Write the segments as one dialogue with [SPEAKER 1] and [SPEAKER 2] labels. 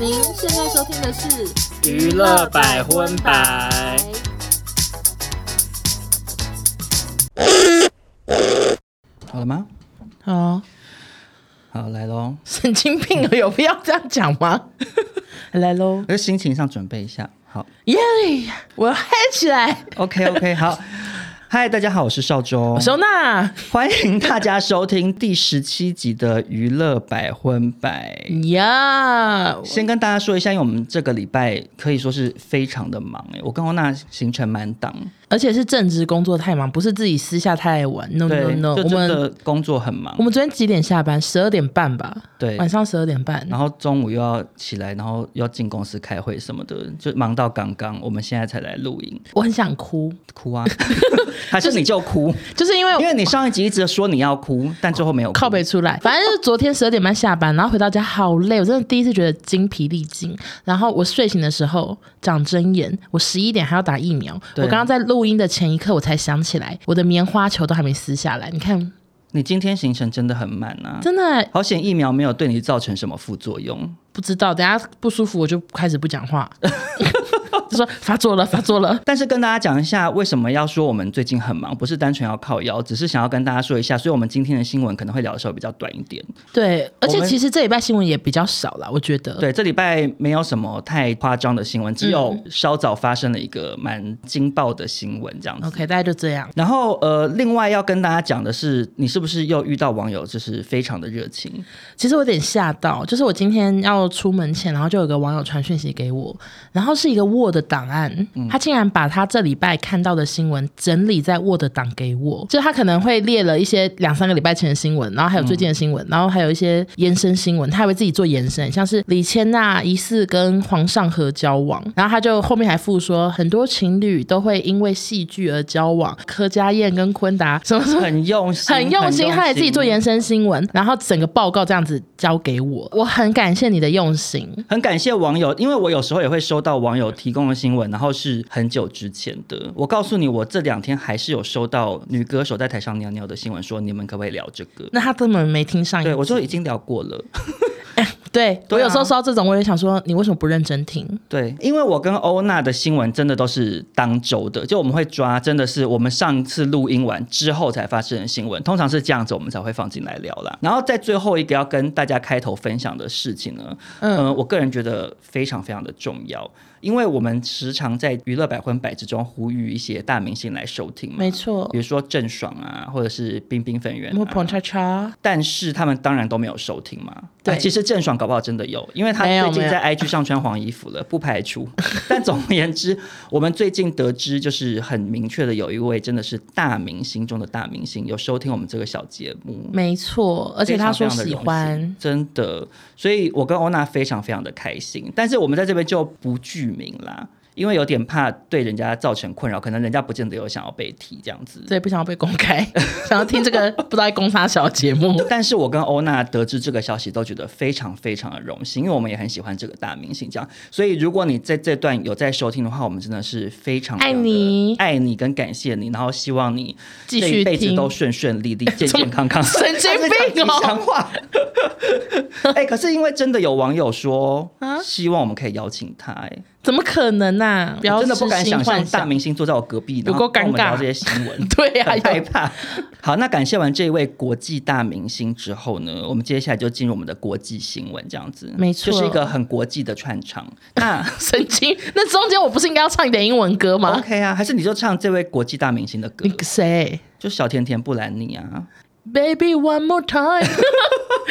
[SPEAKER 1] 您现在收听的是《
[SPEAKER 2] 娱乐百分百》。
[SPEAKER 3] 好了吗？
[SPEAKER 4] 哦，
[SPEAKER 3] 好，来喽。
[SPEAKER 4] 神经病哦，有必要这样讲吗？来喽，
[SPEAKER 3] 我就哎心情上准备一下。好
[SPEAKER 4] 耶！我要嗨起来，
[SPEAKER 3] ，OK OK，好。 嗨，大家好，我是邵
[SPEAKER 4] 我
[SPEAKER 3] 忠，
[SPEAKER 4] 收纳，
[SPEAKER 3] 欢迎大家收听第十七集的娱乐百分
[SPEAKER 4] 嗯
[SPEAKER 3] 百。
[SPEAKER 4] 呀、
[SPEAKER 3] 先跟大家说一下，因为我们这个礼拜可以说是非常的忙哎，我跟欧娜行程满档，
[SPEAKER 4] 而且是正职工作太忙，不是自己私下太爱玩。No no
[SPEAKER 3] 对，
[SPEAKER 4] no，
[SPEAKER 3] 就
[SPEAKER 4] 我
[SPEAKER 3] 真
[SPEAKER 4] 们
[SPEAKER 3] 的工作很忙
[SPEAKER 4] 我，们昨天几点下班？十二点半吧，
[SPEAKER 3] 对
[SPEAKER 4] 晚上十二点半。
[SPEAKER 3] 然后中午又要起来，然后又要进公司开会什么的，就忙到刚刚，我们现在才来录音，
[SPEAKER 4] 我很想哭，
[SPEAKER 3] 哭 啊，还是你就哭，
[SPEAKER 4] 就是因为
[SPEAKER 3] 因为你上一集一直说你要哭，但最后没有哭
[SPEAKER 4] 靠北出来。反正就是昨天十二点半下班，然后回到家好累，我真的第一次觉得精疲力尽。然后我睡醒的时候，长针眼，我十一点还要打疫苗。我
[SPEAKER 3] 对
[SPEAKER 4] 刚刚在录音的前一刻，我才想起来，我的棉花球都还没撕下来。
[SPEAKER 3] 嗯
[SPEAKER 4] 你看，
[SPEAKER 3] 你今天行程真的很满啊，
[SPEAKER 4] 真的
[SPEAKER 3] 好险疫苗没有对你造成什么副作用。
[SPEAKER 4] 不知道，等下不舒服我就开始不 讲话，就说发作了，发作了。
[SPEAKER 3] 但是跟大家讲一下，为什么要说我们最近很忙，不是单纯要靠腰，只是想要跟大家说一下，所以我们今天的新闻可能会聊的时候比较短一点。
[SPEAKER 4] 对，而且
[SPEAKER 3] 我们
[SPEAKER 4] 其实这礼拜新闻也比较少了，我觉得。
[SPEAKER 3] 对，这礼拜没有什么太夸张的新闻，只
[SPEAKER 4] 嗯
[SPEAKER 3] 有稍早发生了一个蛮惊爆的新闻这样子。
[SPEAKER 4] OK，大概就这样。
[SPEAKER 3] 然后呃，另外要跟大家讲的是，你是不是又遇到网友就是非常的热 情？
[SPEAKER 4] 其实我有点吓到，就是我今天要出门前，然后就有个网友传讯息给我，然后是一个 Word 档案，他竟然把他这礼拜看到的新闻整理在 Word 档给我，就他可能会列了一些两三个礼拜前的新闻，然后还有最近的新闻，然后还有一些延伸新闻，他还会自己做延伸，像是李千娜疑似跟黄尚和交往，然后他就后面还附说很多情侣都会因为戏剧而交往，柯佳燕跟坤达什么什么
[SPEAKER 3] 很用心，
[SPEAKER 4] 很用心，他也自己做
[SPEAKER 3] 研。
[SPEAKER 4] 延伸新闻，然后整个报告这样子交给我，我很感谢你的用心。
[SPEAKER 3] 很感谢网友，因为我有时候也会收到网友提供的新闻，然后是很久之前的。我告诉你，我这两天还是有收到女歌手在台上尿尿的新闻，说你们可不可以聊这个？
[SPEAKER 4] 那他根本没听上一
[SPEAKER 3] 对，我就已经聊过了。
[SPEAKER 4] 对我
[SPEAKER 3] 对啊
[SPEAKER 4] 有时候收到这种，我也想说，你为什么不认真听？
[SPEAKER 3] 对，因为我跟欧娜的新闻真的都是当周的，就我们会抓，真的是我们上次录音完之后才发生的新闻，通常是这样子，我们才会放进来聊啦。然后在最后一个要跟大家开头分享的事情呢，嗯、我个人觉得非常非常的重要，因为我们时常在娱乐百分百之中呼吁一些大明星来收听嘛，
[SPEAKER 4] 没错
[SPEAKER 3] 比，如说郑爽啊，或者是冰冰粉圆、
[SPEAKER 4] 摸
[SPEAKER 3] 啊
[SPEAKER 4] 捧，叉叉，
[SPEAKER 3] 但是他们当然都没有收听嘛。
[SPEAKER 4] 对
[SPEAKER 3] 啊其实郑爽搞不好真的有，因为她
[SPEAKER 4] 没有
[SPEAKER 3] 最近
[SPEAKER 4] 没有
[SPEAKER 3] 在 IG 上穿黄衣服了，不排除。 但总而言之，我们最近得知就是很明确的，有一位真的是大明星中的大明星，有收听我们这个小节目。
[SPEAKER 4] 没错，而且他
[SPEAKER 3] 非
[SPEAKER 4] 说
[SPEAKER 3] 常非
[SPEAKER 4] 喜
[SPEAKER 3] 常地荣幸
[SPEAKER 4] 欢，，
[SPEAKER 3] 真的，所以我跟欧娜非常非常的开心。但是我们在这边就不具名啦，因为有点怕对人家造成困扰，可能人家不见得有想要被提这样子。
[SPEAKER 4] 对，不想要被公开， 想要听这个不知道在公杀小节目。
[SPEAKER 3] 但是我跟欧娜得知这个消息，都觉得非常非常的荣幸，因为我们也很喜欢这个大明星，这样。所以如果你在这段有在收听的话，我们真的是非常
[SPEAKER 4] 爱
[SPEAKER 3] 非常地
[SPEAKER 4] 你
[SPEAKER 3] 爱你跟感谢你，然后希望你
[SPEAKER 4] 继
[SPEAKER 3] 这一
[SPEAKER 4] 续
[SPEAKER 3] 辈子
[SPEAKER 4] 听
[SPEAKER 3] 都顺顺利利、健健康康。
[SPEAKER 4] 神经病哦
[SPEAKER 3] 还是讲吉祥话。 哎、可是因为真的有网友说，
[SPEAKER 4] 啊
[SPEAKER 3] 希望我们可以邀请他、哎，
[SPEAKER 4] 怎么可能呐、不
[SPEAKER 3] 我
[SPEAKER 4] 要
[SPEAKER 3] 真的不
[SPEAKER 4] 痴
[SPEAKER 3] 敢
[SPEAKER 4] 心
[SPEAKER 3] 想象
[SPEAKER 4] 幻
[SPEAKER 3] 大。明星坐在我隔壁，
[SPEAKER 4] 有
[SPEAKER 3] 然后
[SPEAKER 4] 够
[SPEAKER 3] 跟我们
[SPEAKER 4] 尴尬
[SPEAKER 3] 聊这些新闻。
[SPEAKER 4] 对呀、
[SPEAKER 3] 很
[SPEAKER 4] 啊，
[SPEAKER 3] 害
[SPEAKER 4] 有
[SPEAKER 3] 怕。 好，那感谢完这一位国际大明星之后呢，我们接下来就进入我们的国际新闻，这样子，
[SPEAKER 4] 没错
[SPEAKER 3] 就是一个很国际的串场。 那
[SPEAKER 4] 神经。那中间我不是应该要唱一点英文歌吗？
[SPEAKER 3] OK 啊，还是你就唱这位国际大明星的歌
[SPEAKER 4] 你，谁？
[SPEAKER 3] 就小甜甜布兰妮啊。
[SPEAKER 4] Baby one more time，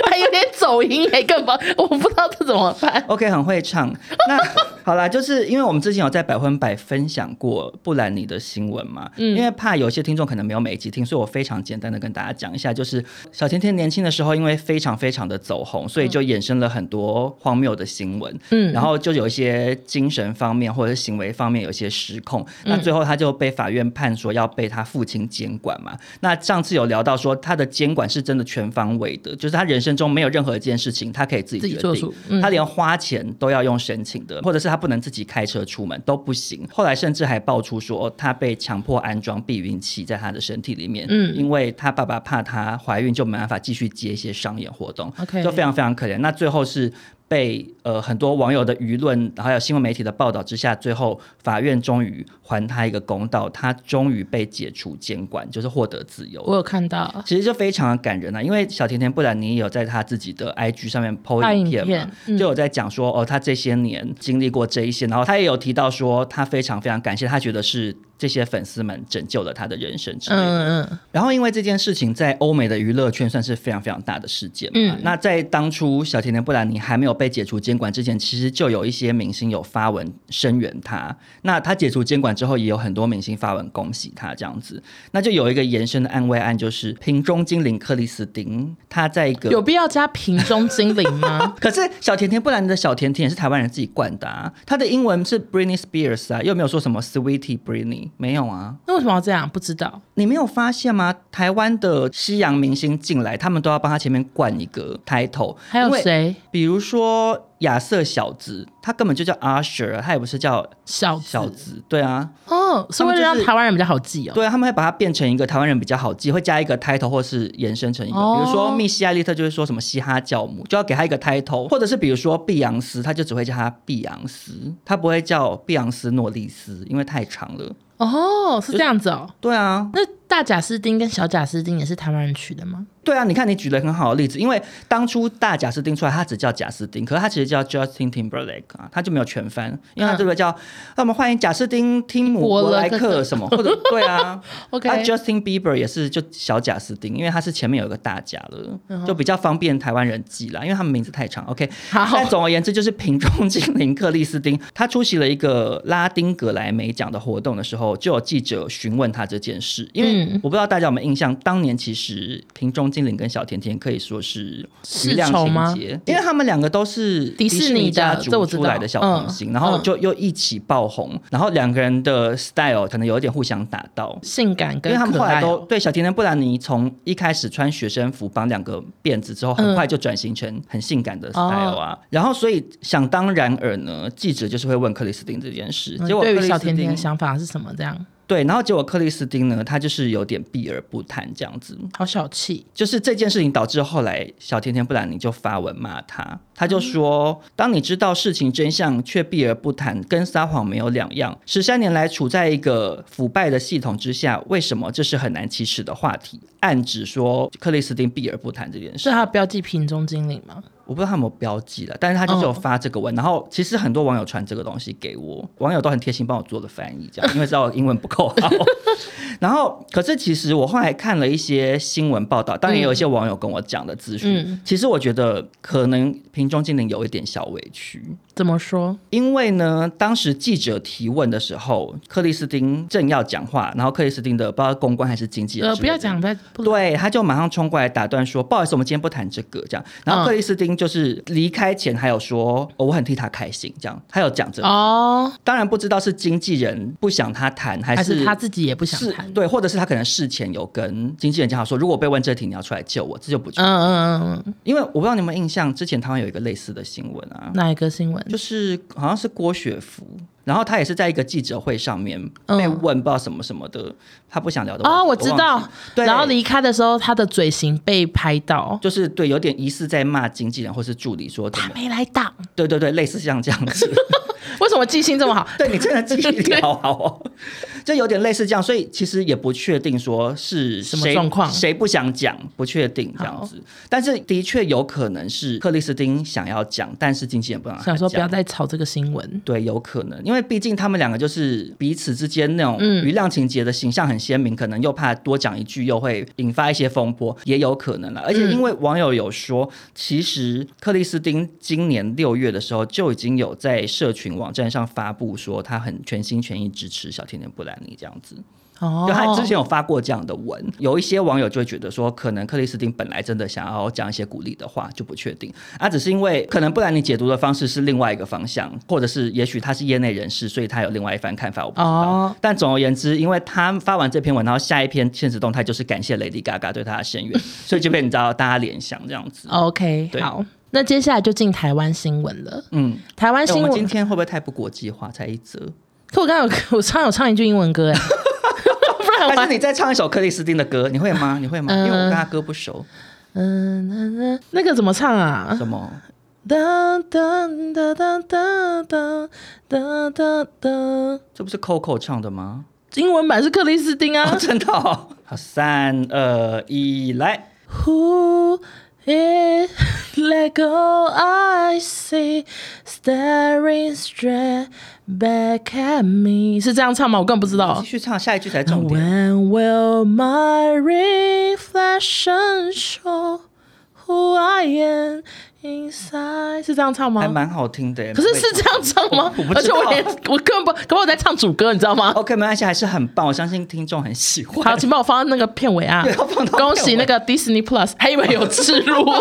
[SPEAKER 4] 还有点走音哎，干嘛？我不知道这怎么办。
[SPEAKER 3] OK，很会唱。 那好啦，就是因为我们之前有在百分百分享过布兰妮的新闻嘛，
[SPEAKER 4] 嗯
[SPEAKER 3] 因为怕有些听众可能没有每一集听，所以我非常简单的跟大家讲一下，就是小甜甜年轻的时候，因为非常非常的走红，
[SPEAKER 4] 嗯
[SPEAKER 3] 所以就衍生了很多荒谬的新闻，嗯，然后就有一些精神方面或者是行为方面有一些失控，
[SPEAKER 4] 嗯
[SPEAKER 3] 那最后她就被法院判说要被她父亲监管嘛。那上次有聊到说她的监管是真的全方位的，就是她人生中没有任何一件事情她可以自己
[SPEAKER 4] 自己
[SPEAKER 3] 决
[SPEAKER 4] 做
[SPEAKER 3] 定
[SPEAKER 4] 主嗯
[SPEAKER 3] 他连花钱都要用申请的，或者是他不能自己开车出门都不行。后来甚至还爆出说，哦他被强迫安装避孕器在他的身体里面，嗯，因为他爸爸怕她怀孕就没办法继续接一些商业活动
[SPEAKER 4] OK
[SPEAKER 3] 就非常非常可怜。那最后是被呃很多网友的舆论，然后还有新闻媒体的报道之下，最后法院终于还他一个公道，他终于被解除监管，就是获得自由。
[SPEAKER 4] 我有看到，
[SPEAKER 3] 其实就非常的感人啊，因为小甜甜布兰妮有在她自己的 IG 上面 PO
[SPEAKER 4] 拍
[SPEAKER 3] 影
[SPEAKER 4] 影
[SPEAKER 3] 片嘛，
[SPEAKER 4] 片嗯
[SPEAKER 3] 就有在讲说哦，她这些年经历过这一些，然后她也有提到说，她非常非常感谢，她觉得是这些粉丝们拯救了她的人生之类的。
[SPEAKER 4] 嗯嗯
[SPEAKER 3] 然后因为这件事情在欧美的娱乐圈算是非常非常大的事件嘛。
[SPEAKER 4] 嗯
[SPEAKER 3] 那在当初小甜甜布兰妮还没有被解除监管之前，其实就有一些明星有发文声援她。那她解除监管之后，也有很多明星发文恭喜她这样子。那就有一个延伸的案外案，就是瓶中精灵克里斯汀，她在一个？
[SPEAKER 4] 嗯，有必要加瓶中精灵 吗
[SPEAKER 3] 可是小甜甜布兰妮的小甜甜也是台湾人自己冠的、啊，她的英文是 Britney Spears 啊，又没有说什么 Sweetie Britney，没有啊。
[SPEAKER 4] 那为什么要这样？不知道。
[SPEAKER 3] 你没有发现吗？台湾的西洋明星进来，他们都要帮他前面冠一个 title，
[SPEAKER 4] 还有？
[SPEAKER 3] 因为
[SPEAKER 4] 谁？
[SPEAKER 3] 比如说亚瑟小子，他根本就叫 Usher，他也不是叫
[SPEAKER 4] 小子
[SPEAKER 3] 小子，对啊，
[SPEAKER 4] 哦，是
[SPEAKER 3] 他
[SPEAKER 4] 为
[SPEAKER 3] 们
[SPEAKER 4] 了
[SPEAKER 3] 就是
[SPEAKER 4] 让台湾人比较好记哦。
[SPEAKER 3] 对啊，他们会把它变成一个台湾人比较好记，会加一个 title 或是延伸成一个，
[SPEAKER 4] 哦
[SPEAKER 3] 比如说密西艾利特就会说什么嘻哈教母，就要给他一个 title，或者是比如说碧昂斯，他就只会叫他碧昂斯，他不会叫碧昂斯诺丽斯，因为太长了。
[SPEAKER 4] 哦，是这样子哦。
[SPEAKER 3] 对啊，
[SPEAKER 4] 那大贾斯汀跟小贾斯汀也是台湾人取的吗？
[SPEAKER 3] 对啊，你看你举了很好的例子，因为当初大贾斯汀出来，他只叫贾斯汀，可是他其实叫 Justin Timberlake 啊，他就没有全翻，因为他这个叫，啊那我们欢迎贾斯汀、汀姆、
[SPEAKER 4] 伯
[SPEAKER 3] 伯莱
[SPEAKER 4] 莱
[SPEAKER 3] 克
[SPEAKER 4] 克
[SPEAKER 3] 什 么，或者对啊
[SPEAKER 4] OK
[SPEAKER 3] 啊 Justin Bieber 也是就小贾斯汀，因为他是前面有一个大贾了，就比较方便台湾人记啦，因为他们名字太长。OK，
[SPEAKER 4] 好
[SPEAKER 3] 但总而言之，就是瓶中精灵克里斯汀，他出席了一个拉丁格莱美奖的活动的时候，就有记者询问他这件事，因为
[SPEAKER 4] 嗯
[SPEAKER 3] 我不知道大家有没有印象，当年其实瓶中精灵跟小甜甜可以说是余量
[SPEAKER 4] 世仇
[SPEAKER 3] 情
[SPEAKER 4] 吗
[SPEAKER 3] 节，因为他们两个都是
[SPEAKER 4] 迪士尼的
[SPEAKER 3] 尼家
[SPEAKER 4] 这
[SPEAKER 3] 族
[SPEAKER 4] 我知
[SPEAKER 3] 出来
[SPEAKER 4] 道
[SPEAKER 3] 的小童星，
[SPEAKER 4] 嗯
[SPEAKER 3] 然后
[SPEAKER 4] 嗯
[SPEAKER 3] 就又一起爆红，然后两个人的 style 可能有一点互相打到。
[SPEAKER 4] 性感
[SPEAKER 3] 因
[SPEAKER 4] 跟
[SPEAKER 3] 为他们
[SPEAKER 4] 可
[SPEAKER 3] 后来
[SPEAKER 4] 爱
[SPEAKER 3] 都
[SPEAKER 4] 哦。
[SPEAKER 3] 对小甜甜布兰妮从一开始穿学生服绑两个辫子之后，很
[SPEAKER 4] 嗯哦
[SPEAKER 3] 快就转型成很性感的 style 啊。然后所以想当然尔呢，记者就是会问克里斯汀这件事，
[SPEAKER 4] 嗯
[SPEAKER 3] 结果克
[SPEAKER 4] 对
[SPEAKER 3] 里
[SPEAKER 4] 于小
[SPEAKER 3] 斯
[SPEAKER 4] 甜甜的
[SPEAKER 3] 汀
[SPEAKER 4] 想法是什么？这样
[SPEAKER 3] 对，然后结果克里斯汀呢，他就是有点避而不谈这样子。
[SPEAKER 4] 好小气。
[SPEAKER 3] 就是这件事情导致后来小甜甜布兰妮就发文骂他，他就说：“当你知道事情真相却避而不谈，跟撒谎没有两样。十三年来处在一个腐败的系统之下，为什么这是很难启齿的话题？”暗指说克里斯汀避而不谈这件事，
[SPEAKER 4] 是他的标记瓶中精灵吗？
[SPEAKER 3] 我不知道他有没有标记了，但是他就是有发这个
[SPEAKER 4] 哦
[SPEAKER 3] 文。然后其实很多网友传这个东西给我，网友都很贴心帮我做了翻译，这样因为知道我英文不 够好。然后，可是其实我后来看了一些新闻报道，当然也有一些网友跟我讲的资讯。
[SPEAKER 4] 嗯
[SPEAKER 3] 其实我觉得可能瓶中精灵有一点小委屈，
[SPEAKER 4] 怎么说？
[SPEAKER 3] 因为呢，当时记者提问的时候，克里斯汀正要讲话，然后克里斯汀的不知道公关还是经纪人
[SPEAKER 4] 呃，
[SPEAKER 3] 之
[SPEAKER 4] 不
[SPEAKER 3] 类的
[SPEAKER 4] 要讲，不要不
[SPEAKER 3] 对，他就马上冲过来打断说：“不好意思，我们今天不谈这个。”这样，然后
[SPEAKER 4] 嗯
[SPEAKER 3] 克里斯汀就是离开前还有说：“哦，我很替他开心。”这样，他有讲这个。
[SPEAKER 4] 哦，
[SPEAKER 3] 当然不知道是经纪人不想他谈，还
[SPEAKER 4] 还
[SPEAKER 3] 是
[SPEAKER 4] 是他自己也不想
[SPEAKER 3] 是
[SPEAKER 4] 谈。
[SPEAKER 3] 对，或者是他可能事前有跟经纪人讲好说，如果我被问这题，你要出来救我，这就不去。
[SPEAKER 4] 嗯嗯嗯嗯，
[SPEAKER 3] 因为我不知道你们有没有印象，之前台湾有一个类似的新闻啊，
[SPEAKER 4] 哪一个新闻？
[SPEAKER 3] 就是好像是郭雪芙，然后她也是在一个记者会上面
[SPEAKER 4] 嗯
[SPEAKER 3] 被问不知道什么什么的，她不想聊的话
[SPEAKER 4] 哦，
[SPEAKER 3] 题
[SPEAKER 4] 我知，
[SPEAKER 3] 忘
[SPEAKER 4] 道
[SPEAKER 3] 记。对，
[SPEAKER 4] 然后离开的时候，他的嘴型被拍到，
[SPEAKER 3] 就是对，有点疑似在骂经纪人或是助理说怎
[SPEAKER 4] 他
[SPEAKER 3] 么，
[SPEAKER 4] 没来打。
[SPEAKER 3] 对对对，类似像这样 子，
[SPEAKER 4] 为什么记性这么好？
[SPEAKER 3] 对你真的记忆力好好哦，就有点类似这样，所以其实也不确定说是
[SPEAKER 4] 什么
[SPEAKER 3] 谁
[SPEAKER 4] 状况哦
[SPEAKER 3] 谁不想讲，不确定这样子，但是的确有可能是克里斯汀想要讲，但是经纪人不让他
[SPEAKER 4] 想说不要
[SPEAKER 3] 讲。
[SPEAKER 4] 再炒这个新闻。
[SPEAKER 3] 对，有可能，因为毕竟他们两个就是彼此之间那种
[SPEAKER 4] 嗯
[SPEAKER 3] 余量情节的形象很鲜明，可能又怕多讲一句又会引发一些风波，也有可能了。而且因为网友有说，其实克里斯汀今年六月的时候就已经有在社群网站上发布说，他很全心全意支持小甜甜布兰妮这样子。
[SPEAKER 4] 哦，
[SPEAKER 3] 就他之前有发过这样的文，有一些网友就会觉得说，可能克里斯汀本来真的想要讲一些鼓励的话，就不确定。啊，只是因为可能不然你解读的方式是另外一个方向，或者是也许他是业内人士，所以他有另外一番看法，我不知道。
[SPEAKER 4] 哦
[SPEAKER 3] 但总而言之，因为他发完这篇文，然后下一篇现实动态就是感谢 Lady Gaga 对他的声援，所以就被你知道大家联想这样
[SPEAKER 4] 哦
[SPEAKER 3] 子。
[SPEAKER 4] OK
[SPEAKER 3] 对
[SPEAKER 4] 好，那接下来就进台湾新闻了。
[SPEAKER 3] 嗯，
[SPEAKER 4] 台湾
[SPEAKER 3] 哎我
[SPEAKER 4] 新
[SPEAKER 3] 们
[SPEAKER 4] 闻，
[SPEAKER 3] 今天会不会太不国际化？才一 则，
[SPEAKER 4] 可我刚刚有 我唱有唱一句英 文歌哎，不然
[SPEAKER 3] 但
[SPEAKER 4] 我
[SPEAKER 3] 是你再唱一首克里斯汀的歌，你会
[SPEAKER 4] 嗯
[SPEAKER 3] 吗？你会吗？因为我跟他歌不熟。
[SPEAKER 4] 嗯嗯嗯，那个怎么唱啊？
[SPEAKER 3] 什么？
[SPEAKER 4] 哒哒哒哒哒哒哒哒哒，
[SPEAKER 3] 这不是 Coco 唱的吗？
[SPEAKER 4] 英文版是克里斯汀
[SPEAKER 3] 哦，
[SPEAKER 4] 啊。
[SPEAKER 3] 真的、哦。好，三二一，来。
[SPEAKER 4] Who is let go? I see staring straight back at me，是这样唱吗？我根本不知道
[SPEAKER 3] 继。续唱，下一句才是重点。
[SPEAKER 4] When will my reflection show who I am inside？是这样唱
[SPEAKER 3] 还
[SPEAKER 4] 吗？
[SPEAKER 3] 蛮好听的耶。
[SPEAKER 4] 哦可是是这样唱吗
[SPEAKER 3] 我我不？
[SPEAKER 4] 而
[SPEAKER 3] 知
[SPEAKER 4] 且
[SPEAKER 3] 道
[SPEAKER 4] 我连我根本不，可我在唱主歌，你知道吗？
[SPEAKER 3] OK，没关系，还是很棒，我相信听众很喜欢。
[SPEAKER 4] 好，请帮我放到那个片尾 啊
[SPEAKER 3] 对要放！到
[SPEAKER 4] 恭喜
[SPEAKER 3] 片
[SPEAKER 4] 那
[SPEAKER 3] 尾
[SPEAKER 4] 个 Disney Plus，还以为有置 入。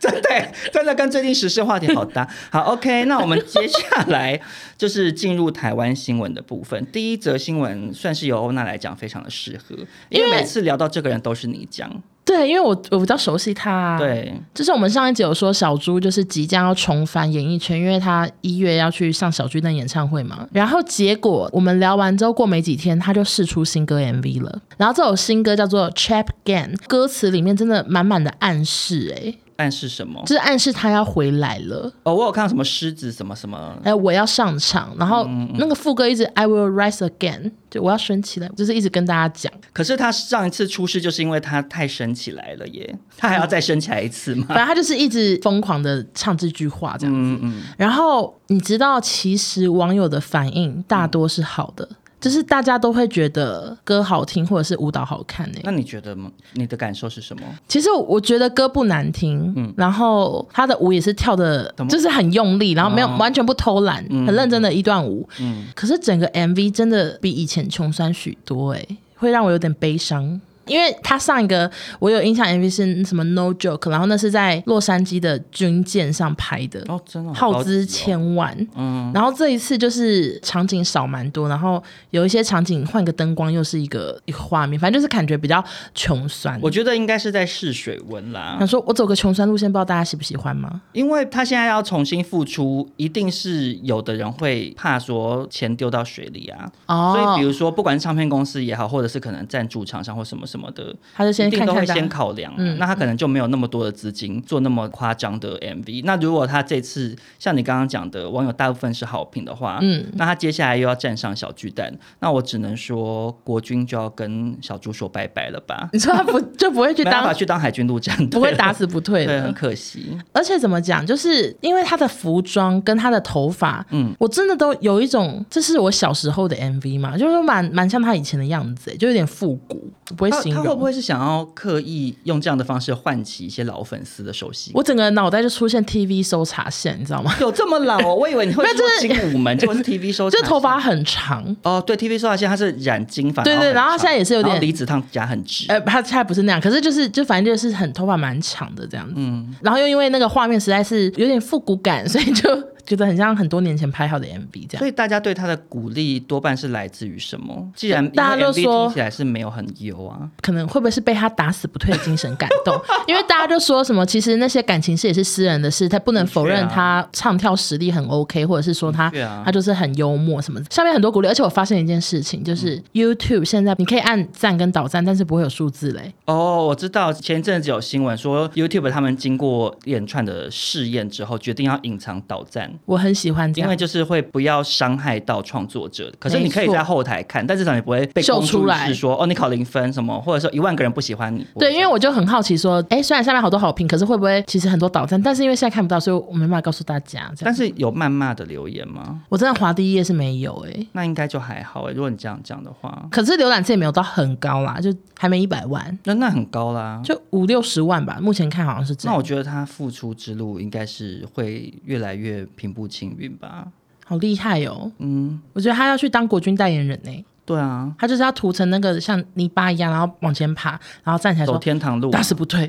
[SPEAKER 3] 真的耶真的跟最近时事话题好搭。好，OK，那我们接下来就是进入台湾新闻的部分。第一则新闻算是由欧娜来讲，非常的适合，因
[SPEAKER 4] 因
[SPEAKER 3] 为
[SPEAKER 4] 为
[SPEAKER 3] 每次聊到这个人都是你讲。
[SPEAKER 4] 对，因为我我比较熟悉他、啊。，
[SPEAKER 3] 对，
[SPEAKER 4] 就是我们上一集有说小猪就是即将要重返演艺圈，因为他一月要去上小巨蛋演唱会嘛。然后结果我们聊完之后，过没几天他就试出新歌 MV 了。然后这首新歌叫做《Trap Game》，歌词里面真的满满的暗示、欸，哎，
[SPEAKER 3] 暗示什么
[SPEAKER 4] 就？是暗示他要回来了。
[SPEAKER 3] 哦，我有看到什么狮子什么什么。
[SPEAKER 4] 哎，我要上场，然
[SPEAKER 3] 嗯
[SPEAKER 4] 后那个副歌一直 I will rise again，就我要升起来，就是一直跟大家讲。
[SPEAKER 3] 可是他上一次出事，就是因为他太升起来了耶，他还要再升起来一次 吗？
[SPEAKER 4] 反正他就是一直疯狂的唱这句话
[SPEAKER 3] 嗯
[SPEAKER 4] 这样子。然后你知道，其实网友的反应大多是好的，就是大家都会觉得歌好听或者是舞蹈好看欸呢、
[SPEAKER 3] 那你觉得吗？你的感受是什么？
[SPEAKER 4] 其实我觉得歌不难听，然后他的舞也是跳的，
[SPEAKER 3] 嗯么哦嗯
[SPEAKER 4] 就是很用力，然后没有、完全不偷懒，很认真的一段舞。可是整个 MV 真的比以前穷酸许多、欸，会让我有点悲伤。因为他上一个我有印象 MV 是什么 No Joke，然后那是在洛杉矶的军舰上拍的，
[SPEAKER 3] 哦，真的好
[SPEAKER 4] 耗
[SPEAKER 3] 高级
[SPEAKER 4] 资
[SPEAKER 3] 哦嗯
[SPEAKER 4] 千万。然后这一次就是场景少蛮多，然后有一些场景换个灯光又是一个一个画面，反正就是感觉比较穷酸。
[SPEAKER 3] 我觉得应该是在试水温啦
[SPEAKER 4] 想，说我走个穷酸路线，不知道大家喜不喜欢吗？
[SPEAKER 3] 因为他现在要重新复出，一定是有的人会怕说钱丢到水里啊。
[SPEAKER 4] 哦
[SPEAKER 3] 所以比如说，不管是唱片公司也好，或者是可能赞助厂商或什么什么的，
[SPEAKER 4] 他就嗯先
[SPEAKER 3] 一定
[SPEAKER 4] 看
[SPEAKER 3] 都
[SPEAKER 4] 看
[SPEAKER 3] 会
[SPEAKER 4] 大
[SPEAKER 3] 先
[SPEAKER 4] 家。
[SPEAKER 3] 考量啊、那他可能就没有那么多的资金做那么夸张的 MV。那如果他这次像你刚刚讲的，网友大部分是好评的话，嗯，那他接下来又要站上小巨蛋，那我只能说国军就要跟小猪说拜拜了吧，
[SPEAKER 4] 你说他不就不嗯会去
[SPEAKER 3] 没办
[SPEAKER 4] 当
[SPEAKER 3] 法，去当海军陆战队了，
[SPEAKER 4] 不会打死不 退
[SPEAKER 3] 对，很啊
[SPEAKER 4] 的。
[SPEAKER 3] 可惜。
[SPEAKER 4] 而且怎么讲，就是因为他的服装跟他的头发，嗯，我真的都有一种，这是我小时候的 MV 嘛，就是蛮蛮像他以前的样子、欸就有点复古，我不会
[SPEAKER 3] 他
[SPEAKER 4] 形
[SPEAKER 3] 他
[SPEAKER 4] 容。
[SPEAKER 3] 会不会是想要刻意用这样的方式唤起一些老粉丝的熟悉？
[SPEAKER 4] 我整个脑袋就出现 TV 搜查线，你知道吗？
[SPEAKER 3] 有这么老、哦？我以为你会
[SPEAKER 4] 没有
[SPEAKER 3] 说
[SPEAKER 4] 就是
[SPEAKER 3] 精武门，结果是 TV 收
[SPEAKER 4] 就
[SPEAKER 3] 藏。
[SPEAKER 4] 是头发很长，
[SPEAKER 3] 哦，对，TV 收藏线它是染金发，
[SPEAKER 4] 对对
[SPEAKER 3] 很
[SPEAKER 4] 然后它
[SPEAKER 3] 长
[SPEAKER 4] 现在也是有
[SPEAKER 3] 然后
[SPEAKER 4] 点
[SPEAKER 3] 离子烫夹很直。
[SPEAKER 4] 呃，他他不是那样，可是就是就反正就是很头发蛮长的这样子，
[SPEAKER 3] 嗯
[SPEAKER 4] 然后又因为那个画面实在是有点复古感，所以就觉得很像很多年前拍好的 MV 这样
[SPEAKER 3] 所。以大家对他的鼓励多半是来自于什么？既然因为
[SPEAKER 4] 大家都
[SPEAKER 3] MV
[SPEAKER 4] 说
[SPEAKER 3] 听起来是没有很优啊，
[SPEAKER 4] 可能会不会是被他打死不退的精神感动？因为大家就说什么，其实那些感情事也是私人的事，他不能否认
[SPEAKER 3] 的确啊
[SPEAKER 4] 他唱跳实力很 OK，或者是说他、
[SPEAKER 3] 的确啊
[SPEAKER 4] 他就是很幽默什么的。下面很多鼓励，而且我发现一件事情，就是
[SPEAKER 3] 嗯
[SPEAKER 4] YouTube 现在你可以按赞跟导赞，但是不会有数字嘞。
[SPEAKER 3] 哦，我知道前阵子有新闻说 YouTube 他们经过演串的试验之后，决定要隐藏导赞。
[SPEAKER 4] 我很喜欢这
[SPEAKER 3] 因
[SPEAKER 4] 样
[SPEAKER 3] 为。就是会不要伤害到创作者，可是
[SPEAKER 4] 没
[SPEAKER 3] 你可以
[SPEAKER 4] 错
[SPEAKER 3] 在后台看，但至少你不会被
[SPEAKER 4] 秀
[SPEAKER 3] 公
[SPEAKER 4] 出
[SPEAKER 3] 诸于
[SPEAKER 4] 来
[SPEAKER 3] 世说哦你考零分什么，或者说一万个人不喜欢你。
[SPEAKER 4] 对，因为我就很好奇说，哎，虽然下面好多好评，可是会不会其实很多导赞？但是因为现在看不到，所以我没办法告诉大家。这样，
[SPEAKER 3] 但是有谩骂的留言吗？
[SPEAKER 4] 我真的滑第一页是没有哎、诶
[SPEAKER 3] 那应该就还好哎、如果你这样讲的话，
[SPEAKER 4] 可是浏览次也没有到很高啦，就还没一百万，
[SPEAKER 3] 那那很高啦。
[SPEAKER 4] 就五六十万吧。目前看好像是这
[SPEAKER 3] 那
[SPEAKER 4] 样，
[SPEAKER 3] 我觉得他复出之路应该是会越来越平步青云吧。
[SPEAKER 4] 好厉害哦！
[SPEAKER 3] 嗯，
[SPEAKER 4] 我觉得他要去当国军代言人呢、诶
[SPEAKER 3] 对啊，
[SPEAKER 4] 他就是要涂成那个像泥巴一样，然后往前爬，然后站起来
[SPEAKER 3] 走
[SPEAKER 4] 说
[SPEAKER 3] 天堂路
[SPEAKER 4] 打。死不退，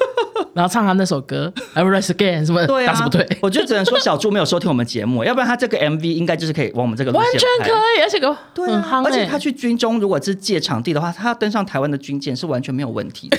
[SPEAKER 4] 然后唱他那首歌《I Will Rise Again》什么，
[SPEAKER 3] 对啊，
[SPEAKER 4] 打死不退。
[SPEAKER 3] 我觉得只能说小猪没有收听我们节目，要不然他这个 MV 应该就是可以往我们这个路
[SPEAKER 4] 完
[SPEAKER 3] 线
[SPEAKER 4] 全
[SPEAKER 3] 拍
[SPEAKER 4] 可以，而且给我
[SPEAKER 3] 对
[SPEAKER 4] 很
[SPEAKER 3] 啊
[SPEAKER 4] 夯、，欸
[SPEAKER 3] 而且
[SPEAKER 4] 诶
[SPEAKER 3] 他去军中，如果是借场地的话，他登上台湾的军舰是完全没有问题的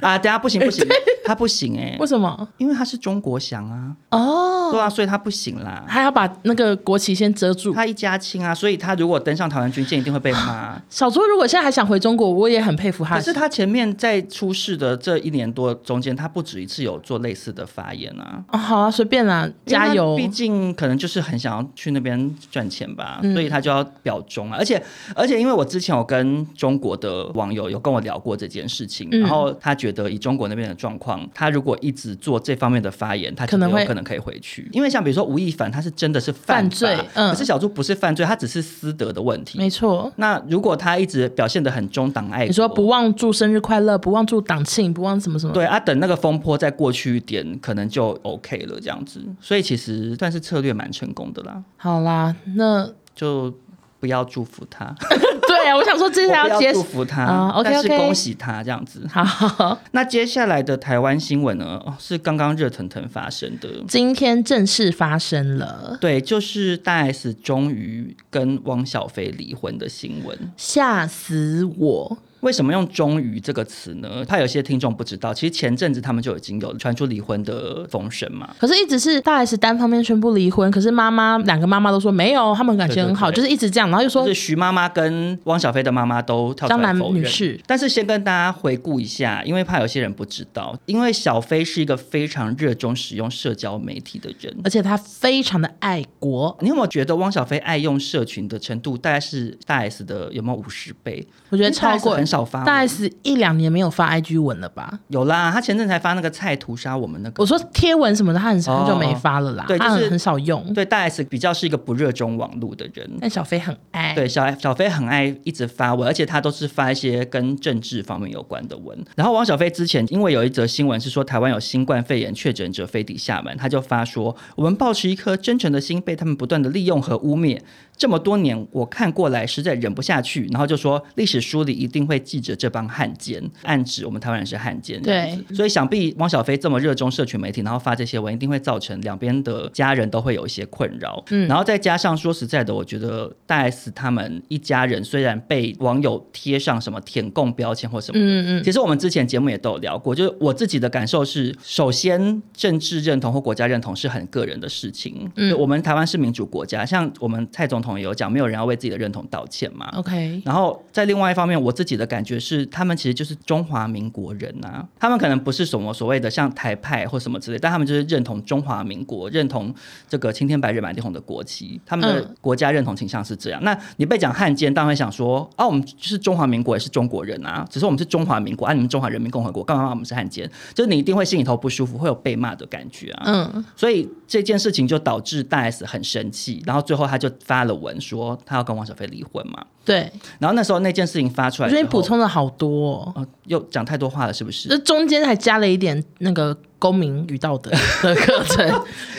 [SPEAKER 3] 啊！等一下不行不行，他不行哎、
[SPEAKER 4] 为什么？
[SPEAKER 3] 因为他是中国翔啊，
[SPEAKER 4] 哦，
[SPEAKER 3] 对啊，所以他不行啦。
[SPEAKER 4] 还要把那个国旗先遮住。
[SPEAKER 3] 他一家亲啊，所以他如果登上台湾军舰，一定会被骂。
[SPEAKER 4] 小猪如果现在还想回中国，我也很佩服他。
[SPEAKER 3] 可是他前面在出事的这一年多中间，他不止一次有做类似的发言啊。
[SPEAKER 4] 哦，好啊，随便啦，加
[SPEAKER 3] 因
[SPEAKER 4] 油
[SPEAKER 3] 为他。毕竟可能就是很想要去那边赚钱吧，
[SPEAKER 4] 嗯
[SPEAKER 3] 所以他就要表忠啊。而且而且，因为我之前有跟中国的网友有跟我聊过这件事情，
[SPEAKER 4] 嗯
[SPEAKER 3] 然后他觉得以中国那边的状况，他如果一直做这方面的发言，他
[SPEAKER 4] 可能
[SPEAKER 3] 觉得有
[SPEAKER 4] 会
[SPEAKER 3] 可能可以回去。因为像比如说吴亦凡，他是真的是犯
[SPEAKER 4] 犯罪
[SPEAKER 3] 法
[SPEAKER 4] 嗯
[SPEAKER 3] 可是小猪不是犯罪，他只是私德的问题。
[SPEAKER 4] 没错，
[SPEAKER 3] 那如果他一直表现的很忠党爱国，
[SPEAKER 4] 你说不忘祝生日快乐，不忘祝党庆，不忘什么什么。
[SPEAKER 3] 对啊，等那个风波再过去一点，可能就 OK 了这样子。所以其实算是策略蛮成功的啦，
[SPEAKER 4] 好啦，那
[SPEAKER 3] 就不要祝福他，
[SPEAKER 4] 对啊，我想说接
[SPEAKER 3] 我
[SPEAKER 4] 下来
[SPEAKER 3] 不
[SPEAKER 4] 要
[SPEAKER 3] 要
[SPEAKER 4] 接
[SPEAKER 3] 祝福他，
[SPEAKER 4] 啊，OK，
[SPEAKER 3] 但是
[SPEAKER 4] OK
[SPEAKER 3] 恭喜他这样子。
[SPEAKER 4] 好。
[SPEAKER 3] 那接下来的台湾新闻呢，哦是刚刚热腾腾发生的。
[SPEAKER 4] 今天正式发生了，
[SPEAKER 3] 对，就是大 S 终于跟汪小菲离婚的新闻。
[SPEAKER 4] 吓死我！
[SPEAKER 3] 为什么用“终于”这个词呢？怕有些听众不知道，其实前阵子他们就已经有传出离婚的风声嘛。
[SPEAKER 4] 可是，一直是大 S 单方面宣布离婚，可是妈妈两个妈妈都说没有，他们感情很好，
[SPEAKER 3] 对对对
[SPEAKER 4] 就是一直这样，然后又说
[SPEAKER 3] 就是徐妈妈跟汪小菲的妈妈都跳出
[SPEAKER 4] 张
[SPEAKER 3] 来
[SPEAKER 4] 兰
[SPEAKER 3] 否认。
[SPEAKER 4] 女士
[SPEAKER 3] 但是先跟大家回顾一下，因为怕有些人不知道，因为小菲是一个非常热衷使用社交媒体的人。
[SPEAKER 4] 而且她非常的爱国，
[SPEAKER 3] 你有没有觉得汪小菲爱用社群的程度大概是大 S 的有没有五十倍？
[SPEAKER 4] 我觉得超
[SPEAKER 3] 因为大
[SPEAKER 4] 过
[SPEAKER 3] S 很少发文
[SPEAKER 4] 大 S 一两年没有发 IG 文了吧？
[SPEAKER 3] 有啦，他前阵才发那个菜屠杀我们那个。
[SPEAKER 4] 我说贴文什么的，她很很久没发了啦，
[SPEAKER 3] 哦对就是
[SPEAKER 4] 她很少用。
[SPEAKER 3] 对大 S 比较是一个不热衷网络的人。
[SPEAKER 4] 但小飞很爱，
[SPEAKER 3] 对，小小飞很爱一直发文，而且他都是发一些跟政治方面有关的文。然后王小飞之前因为有一则新闻是说台湾有新冠肺炎确诊者飞抵厦门，他就发说：“我们抱持一颗真诚的心，被他们不断的利用和污蔑，这么多年我看过来，实在忍不下去。”然后就说历史书里一定会记着这帮汉奸，暗指我们台湾人是汉奸。
[SPEAKER 4] 对，
[SPEAKER 3] 所以想必汪小菲这么热衷社群媒体，然后发这些文，一定会造成两边的家人都会有一些困扰。嗯，然后再加上说实在的，我觉得大 S 他们一家人虽然被网友贴上什么舔共标签或什么，
[SPEAKER 4] 嗯嗯嗯，
[SPEAKER 3] 其实我们之前节目也都有聊过，就是我自己的感受是，首先政治认同或国家认同是很个人的事情。嗯，我们台湾是民主国家，像我们蔡总统也有讲，没有人要为自己的认同道歉嘛。
[SPEAKER 4] OK，
[SPEAKER 3] 然后在另外一方面，我自己的感觉是，他们其实就是中华民国人啊。他们可能不是什么所谓的像台派或什么之类，但他们就是认同中华民国，认同这个青天白日满地红的国旗，他们的
[SPEAKER 4] 嗯
[SPEAKER 3] 国家认同倾向是这样。那你被讲汉奸，当然会想说，啊，我们就是中华民国，也是中国人啊，只是我们是中华民国，啊，你们中华人民共和国，干嘛骂我们是汉奸？就是你一定会心里头不舒服，会有被骂的感觉啊。
[SPEAKER 4] 嗯，
[SPEAKER 3] 所以这件事情就导致大 S 很生气，然后最后他就发了文说他要跟王小菲离婚嘛。
[SPEAKER 4] 对，
[SPEAKER 3] 然后那时候那件事情发出
[SPEAKER 4] 我
[SPEAKER 3] 来
[SPEAKER 4] 觉
[SPEAKER 3] 之后，
[SPEAKER 4] 得你补充了呃好多、哦。
[SPEAKER 3] 哦，又讲太多话了，是不是
[SPEAKER 4] 这？中间还加了一点那个公民与道德的课程。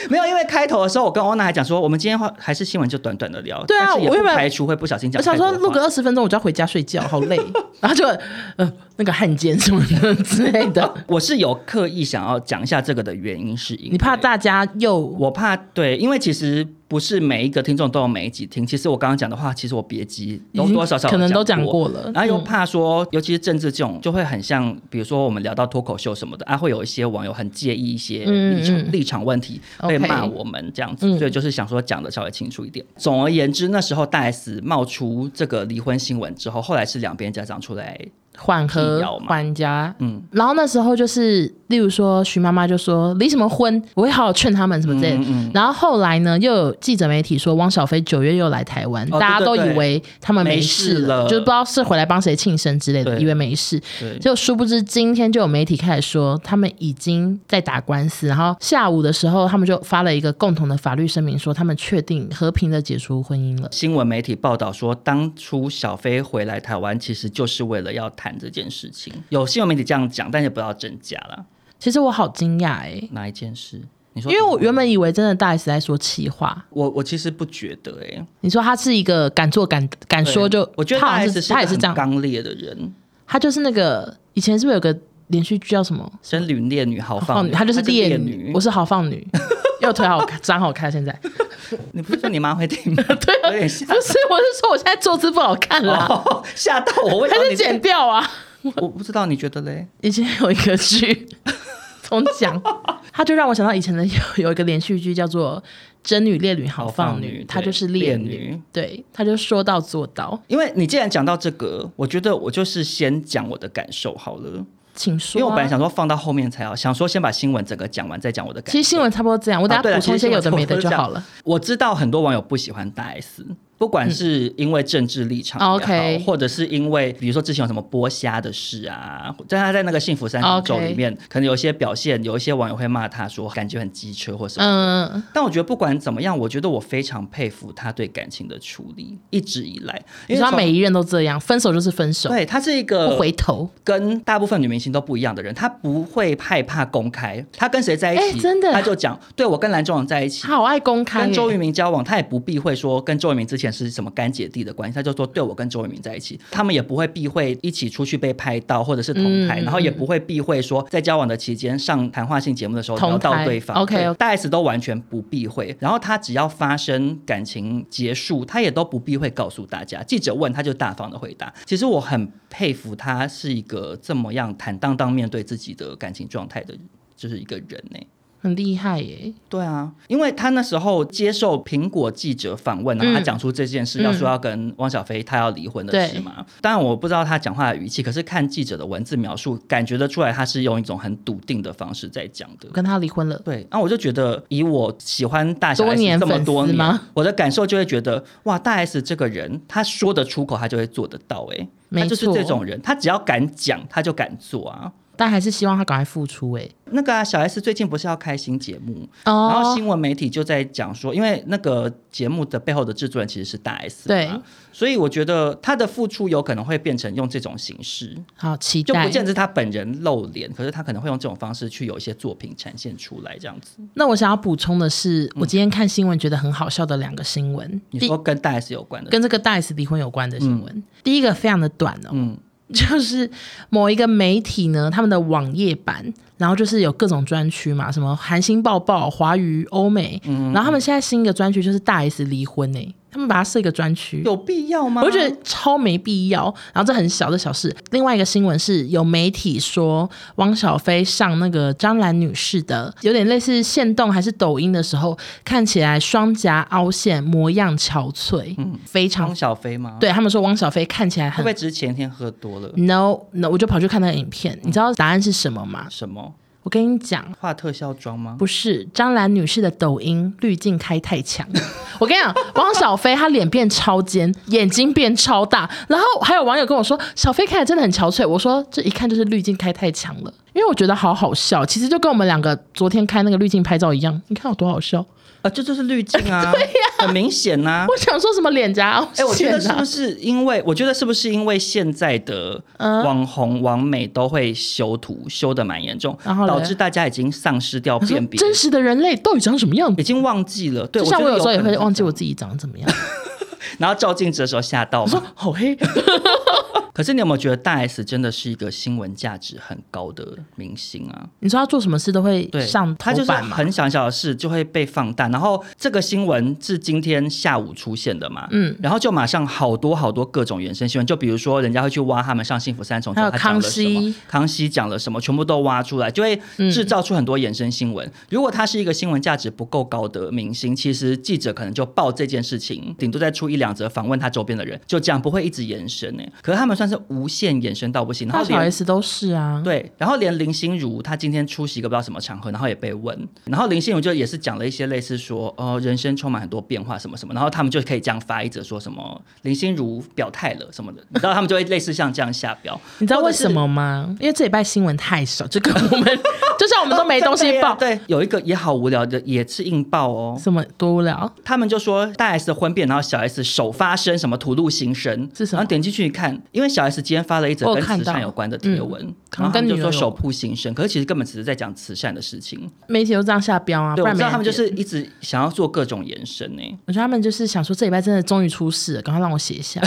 [SPEAKER 3] 没有，因为开头的时候我跟欧娜还讲说，我们今天话还是新闻就短短的聊，
[SPEAKER 4] 对啊
[SPEAKER 3] 但是也
[SPEAKER 4] 我原
[SPEAKER 3] 不
[SPEAKER 4] 本
[SPEAKER 3] 排除会不小心
[SPEAKER 4] 我
[SPEAKER 3] 讲
[SPEAKER 4] 想
[SPEAKER 3] 太多
[SPEAKER 4] 说
[SPEAKER 3] 的话。
[SPEAKER 4] 录个二十分钟，我就要回家睡觉，好累。然后就呃那个汉奸什么的之类 的，
[SPEAKER 3] 我是有刻意想要讲一下这个的原因，是因为
[SPEAKER 4] 你怕大家又
[SPEAKER 3] 我怕对，因为其实不是每一个听众都有每一集听。其实我刚刚讲的话，其实我别集多多少少有
[SPEAKER 4] 可能都讲
[SPEAKER 3] 过
[SPEAKER 4] 过了，
[SPEAKER 3] 然后又
[SPEAKER 4] 嗯
[SPEAKER 3] 怕说，尤其是政治这种，就会很像，比如说我们聊到脱口秀什么的啊，会有一些网友很介意一些
[SPEAKER 4] 嗯
[SPEAKER 3] 立场、
[SPEAKER 4] 嗯
[SPEAKER 3] 立场问题，
[SPEAKER 4] OK
[SPEAKER 3] 会骂我们这样子，
[SPEAKER 4] 嗯
[SPEAKER 3] 所以就是想说讲的稍微清楚一点。总而言之，那时候大 S 冒出这个离婚新闻之后，后来是两边家长出来，
[SPEAKER 4] 缓和
[SPEAKER 3] 辟谣嘛
[SPEAKER 4] 缓家。
[SPEAKER 3] 嗯，
[SPEAKER 4] 然后那时候就是，例如说徐妈妈就说离什么婚，我会好好劝他们什么之类的。
[SPEAKER 3] 嗯
[SPEAKER 4] 然后后来呢，又有记者媒体说汪小菲九月又来台湾，
[SPEAKER 3] 哦
[SPEAKER 4] 大家
[SPEAKER 3] 对
[SPEAKER 4] 都
[SPEAKER 3] 对对
[SPEAKER 4] 以为他们没
[SPEAKER 3] 没
[SPEAKER 4] 事
[SPEAKER 3] 事了
[SPEAKER 4] 就是不知道是回来帮谁庆生之类的，
[SPEAKER 3] 对
[SPEAKER 4] 以为没事。
[SPEAKER 3] 对，
[SPEAKER 4] 就殊不知，今天就有媒体开始说，他们已经在打官司。然后下午的时候，他们就发了一个共同的法律声明，说他们确定和平的解除婚姻了。
[SPEAKER 3] 新闻媒体报道说，当初小飞回来台湾，其实就是为了要谈这件事情。有新闻媒体这样讲，但也不知道真假了。
[SPEAKER 4] 其实我好惊讶哎、
[SPEAKER 3] 哪一件事？你
[SPEAKER 4] 因
[SPEAKER 3] 说？
[SPEAKER 4] 为我原本以为真的大 S 在说气话，
[SPEAKER 3] 我我其实不觉得哎、欸，
[SPEAKER 4] 你说他是一个敢做敢敢说就，
[SPEAKER 3] 我觉得
[SPEAKER 4] 他
[SPEAKER 3] 大
[SPEAKER 4] 好像
[SPEAKER 3] S
[SPEAKER 4] 是
[SPEAKER 3] 是
[SPEAKER 4] 他也是
[SPEAKER 3] 一
[SPEAKER 4] 这
[SPEAKER 3] 个很
[SPEAKER 4] 样，
[SPEAKER 3] 刚烈的人，
[SPEAKER 4] 他就是那个以前是不是有个连续剧叫什么？
[SPEAKER 3] 真女烈女豪
[SPEAKER 4] 放
[SPEAKER 3] 放
[SPEAKER 4] 女，她哦就是
[SPEAKER 3] 烈
[SPEAKER 4] 烈女，我是豪放 女，又腿好看长好看，现在不是，
[SPEAKER 3] 你不是说你妈会 听吗？对，
[SPEAKER 4] 啊
[SPEAKER 3] 有点吓
[SPEAKER 4] 我是说我现在坐姿不好看啦，
[SPEAKER 3] 哦吓到我。为什
[SPEAKER 4] 还
[SPEAKER 3] 么
[SPEAKER 4] 是
[SPEAKER 3] 你
[SPEAKER 4] 剪掉啊？
[SPEAKER 3] 我不知道，你觉得嘞？
[SPEAKER 4] 以前有一个剧，从 讲，他就让我想到以前的有有一个连续剧叫做《真女烈女豪放
[SPEAKER 3] 豪放
[SPEAKER 4] 女
[SPEAKER 3] 女》，
[SPEAKER 4] 她就是
[SPEAKER 3] 对烈
[SPEAKER 4] 烈女
[SPEAKER 3] 女，
[SPEAKER 4] 对，她就说到做到，
[SPEAKER 3] 因为你既然讲到这个，我觉得我就是先讲我的感受好了，
[SPEAKER 4] 请说啊、
[SPEAKER 3] 因为我本来想说放到后面才要，想说先把新闻整个讲完，再讲我的感受。
[SPEAKER 4] 其实新闻差不多这样，我等
[SPEAKER 3] 啊
[SPEAKER 4] 下
[SPEAKER 3] 对啦
[SPEAKER 4] 补充一些有的没的
[SPEAKER 3] 其实新
[SPEAKER 4] 就
[SPEAKER 3] 闻
[SPEAKER 4] 好了。
[SPEAKER 3] 我知道很多网友不喜欢大 S，不管是因为政治立场也好，
[SPEAKER 4] 嗯 OK
[SPEAKER 3] 或者是因为比如说之前有什么剥虾的事啊，但他在那个幸福三重奏
[SPEAKER 4] 哦 OK
[SPEAKER 3] 里面可能有些表现，有一些网友会骂他说感觉很机车或什么。
[SPEAKER 4] 嗯，
[SPEAKER 3] 但我觉得不管怎么样，我觉得我非常佩服他对感情的处理，一直以来，因为
[SPEAKER 4] 你知道
[SPEAKER 3] 从
[SPEAKER 4] 每一任都这样，分手就是分手，
[SPEAKER 3] 对他是一个
[SPEAKER 4] 不回头。
[SPEAKER 3] 跟大部分女明星都不一样的人，她不会害怕公开，她跟谁在一起，
[SPEAKER 4] 哎真的
[SPEAKER 3] 她就讲，对我跟蓝正龙在一起
[SPEAKER 4] 他，好爱公开耶、
[SPEAKER 3] 跟周渝民交往，她也不避讳说跟周渝民之前是什么干姐弟的关系，她就说对我跟周渝民在一起，他们也不会避讳一起出去被拍到或者是同台，
[SPEAKER 4] 嗯
[SPEAKER 3] 然后也不会避讳说在交往的期间上谈话性节目的时候
[SPEAKER 4] 同
[SPEAKER 3] 聊到
[SPEAKER 4] 台
[SPEAKER 3] 对方
[SPEAKER 4] OK，
[SPEAKER 3] 对
[SPEAKER 4] OK
[SPEAKER 3] 大 S 都完全不避讳，然后她只要发生感情结束，她也都不避讳告诉大家，记者问她就大方的回答。其实我很佩服她是一个这么样坦荡荡面对自己的感情状态的，就是一个人呢、
[SPEAKER 4] 很厉害耶、
[SPEAKER 3] 对啊，因为他那时候接受苹果记者访问，然后他
[SPEAKER 4] 嗯
[SPEAKER 3] 讲出这件事，
[SPEAKER 4] 嗯
[SPEAKER 3] 要说要跟汪小菲他要离婚的
[SPEAKER 4] 对
[SPEAKER 3] 事嘛。当然我不知道他讲话的语气，可是看记者的文字描述，感觉得出来他是用一种很笃定的方式在讲的
[SPEAKER 4] 我。跟他离婚了，
[SPEAKER 3] 对，那、我就觉得，以我喜欢大小
[SPEAKER 4] 多
[SPEAKER 3] S
[SPEAKER 4] 年
[SPEAKER 3] 这么多
[SPEAKER 4] 粉丝
[SPEAKER 3] 年，
[SPEAKER 4] 吗
[SPEAKER 3] 我的感受就会觉得，哇，大 S 这个人，他说得出口，他就会做得到、欸，哎，他
[SPEAKER 4] 没
[SPEAKER 3] 就是
[SPEAKER 4] 错
[SPEAKER 3] 这种人，他只要敢讲，他就敢做啊。
[SPEAKER 4] 但还是希望他赶快复出哎、
[SPEAKER 3] 那个、啊、小 S 最近不是要开新节目，
[SPEAKER 4] 哦，
[SPEAKER 3] 然后新闻媒体就在讲说，因为那个节目的背后的制作人其实是大 S，
[SPEAKER 4] 对
[SPEAKER 3] 嘛，所以我觉得他的付出有可能会变成用这种形式，
[SPEAKER 4] 好期
[SPEAKER 3] 就不
[SPEAKER 4] 待。
[SPEAKER 3] 见得是他本人露脸，可是他可能会用这种方式去有一些作品呈现出来，这样子。
[SPEAKER 4] 那我想要补充的是，我今天看新闻觉得很好笑的两个新闻，
[SPEAKER 3] 你
[SPEAKER 4] 第
[SPEAKER 3] 说嗯跟大 S 有关的，
[SPEAKER 4] 跟这个大 S 离婚有关的新闻，第一个非常的短哦，
[SPEAKER 3] 嗯，
[SPEAKER 4] 就是某一个媒体呢，他们的网页版，然后就是有各种专区嘛，什么韩星抱抱、华语、欧美，
[SPEAKER 3] 嗯
[SPEAKER 4] 然后他们现在新的专区就是大 S 离婚呢、他们把它设一个专区。
[SPEAKER 3] 有必要吗？
[SPEAKER 4] 我就觉得超没必要，然后这很小的小事。另外一个新闻是有媒体说汪小菲上那个张兰女士的，有点类似线动还是抖音的时候，看起来双颊凹陷，模样憔悴，非常
[SPEAKER 3] 张嗯小飞吗？，
[SPEAKER 4] 对他嗯们说汪小菲看起来
[SPEAKER 3] 会不
[SPEAKER 4] 很
[SPEAKER 3] 会只是前一天喝多了？
[SPEAKER 4] No No，我就跑去看那个影片，你知道答案是什么吗？
[SPEAKER 3] 什么
[SPEAKER 4] 我跟你讲，
[SPEAKER 3] 化特效妆吗？
[SPEAKER 4] 不是张兰女士的抖音滤镜开太强。我跟你讲，汪小菲她脸变超尖，眼睛变超大，然后还有网友跟我说，小菲看起来真的很憔悴。我说这一看就是滤镜开太强了，因为我觉得好好笑，其实就跟我们两个昨天开那个滤镜拍照一样，你看有多好笑。
[SPEAKER 3] 啊，这就是滤镜 啊，对呀，很明显啊呐、
[SPEAKER 4] 我想说什么脸颊凹
[SPEAKER 3] 哎、我觉
[SPEAKER 4] 陷
[SPEAKER 3] 得是
[SPEAKER 4] 啊
[SPEAKER 3] 不是因为？我觉得是不是因为现在的
[SPEAKER 4] 嗯
[SPEAKER 3] 网红、网美都会修图修的蛮严重，
[SPEAKER 4] 然后嘞
[SPEAKER 3] 导致大家已经丧失掉
[SPEAKER 4] 我说
[SPEAKER 3] 辨别，
[SPEAKER 4] 真实的人类到底长什么样
[SPEAKER 3] 已
[SPEAKER 4] 子？
[SPEAKER 3] 经忘记了。对，
[SPEAKER 4] 就像
[SPEAKER 3] 我
[SPEAKER 4] 我有时候也
[SPEAKER 3] 觉得
[SPEAKER 4] 会
[SPEAKER 3] 可能
[SPEAKER 4] 忘记我
[SPEAKER 3] 是
[SPEAKER 4] 自己长得怎么样，
[SPEAKER 3] 这样，然后照镜子的时候吓到嘛。
[SPEAKER 4] 好黑。
[SPEAKER 3] 可是你有没有觉得大 S 真的是一个新闻价值很高的明星啊？
[SPEAKER 4] 你说他做什么事都会
[SPEAKER 3] 对，
[SPEAKER 4] 上头
[SPEAKER 3] 他就是
[SPEAKER 4] 版嘛？
[SPEAKER 3] 很小很小的事就会被放大，然后这个新闻是今天下午出现的嘛，
[SPEAKER 4] 嗯
[SPEAKER 3] 嗯，然后就马上好多好多各种衍生新闻，就比如说人家会去挖他们上幸福三重奏，
[SPEAKER 4] 还有
[SPEAKER 3] 他讲了
[SPEAKER 4] 康
[SPEAKER 3] 什
[SPEAKER 4] 熙嗯
[SPEAKER 3] 么，康熙讲了什么，全部都挖出来，就会制造出很多衍生新闻。如果他是一个新闻价值不够高的明星，其实记者可能就报这件事情，顶多再出一两则访问他周边的人，就这样不会一直延伸呢、可是他们算是无限延伸到不行，然
[SPEAKER 4] 大
[SPEAKER 3] 后
[SPEAKER 4] 小
[SPEAKER 3] 连
[SPEAKER 4] S 都是啊，
[SPEAKER 3] 对，然后连林心如她今天出席一个不知道什么场合，然后也被问，然后林心如就也是讲了一些类似说，呃，人生充满很多变化什么什么，然后他们就可以这样发一则说什么林心如表态了什么的，你知道他们就会类似像这样下标，
[SPEAKER 4] 你知道
[SPEAKER 3] 或
[SPEAKER 4] 为
[SPEAKER 3] 者是
[SPEAKER 4] 什？么吗？因为这礼拜新闻 太少，就跟我们 就像我们都没东
[SPEAKER 3] 哦真的
[SPEAKER 4] 西
[SPEAKER 3] 耶
[SPEAKER 4] 报，
[SPEAKER 3] 对，有一个也好无聊的，也是硬爆哦。
[SPEAKER 4] 什么多无聊。
[SPEAKER 3] 他们就说大 S 的婚变，然后小 S 首发声什么吐露心声，
[SPEAKER 4] 是什么
[SPEAKER 3] 然后点进去一看，因为小 S 今天发了一则
[SPEAKER 4] 我有
[SPEAKER 3] 跟
[SPEAKER 4] 看
[SPEAKER 3] 慈
[SPEAKER 4] 到嗯
[SPEAKER 3] 善有关的贴文，
[SPEAKER 4] 可
[SPEAKER 3] 然后
[SPEAKER 4] 能
[SPEAKER 3] 他
[SPEAKER 4] 跟
[SPEAKER 3] 们就
[SPEAKER 4] 女儿
[SPEAKER 3] 说
[SPEAKER 4] 有
[SPEAKER 3] 手铺心声，可是其实根本只是在讲慈善的事情。
[SPEAKER 4] 媒体都这样下标啊，不
[SPEAKER 3] 对，我
[SPEAKER 4] 然
[SPEAKER 3] 知
[SPEAKER 4] 没
[SPEAKER 3] 道
[SPEAKER 4] 人
[SPEAKER 3] 他们就
[SPEAKER 4] 点
[SPEAKER 3] 是一直想要做各种延伸呢、
[SPEAKER 4] 我觉得他们就是想说这礼拜真的终于出事了，赶快让我写一下。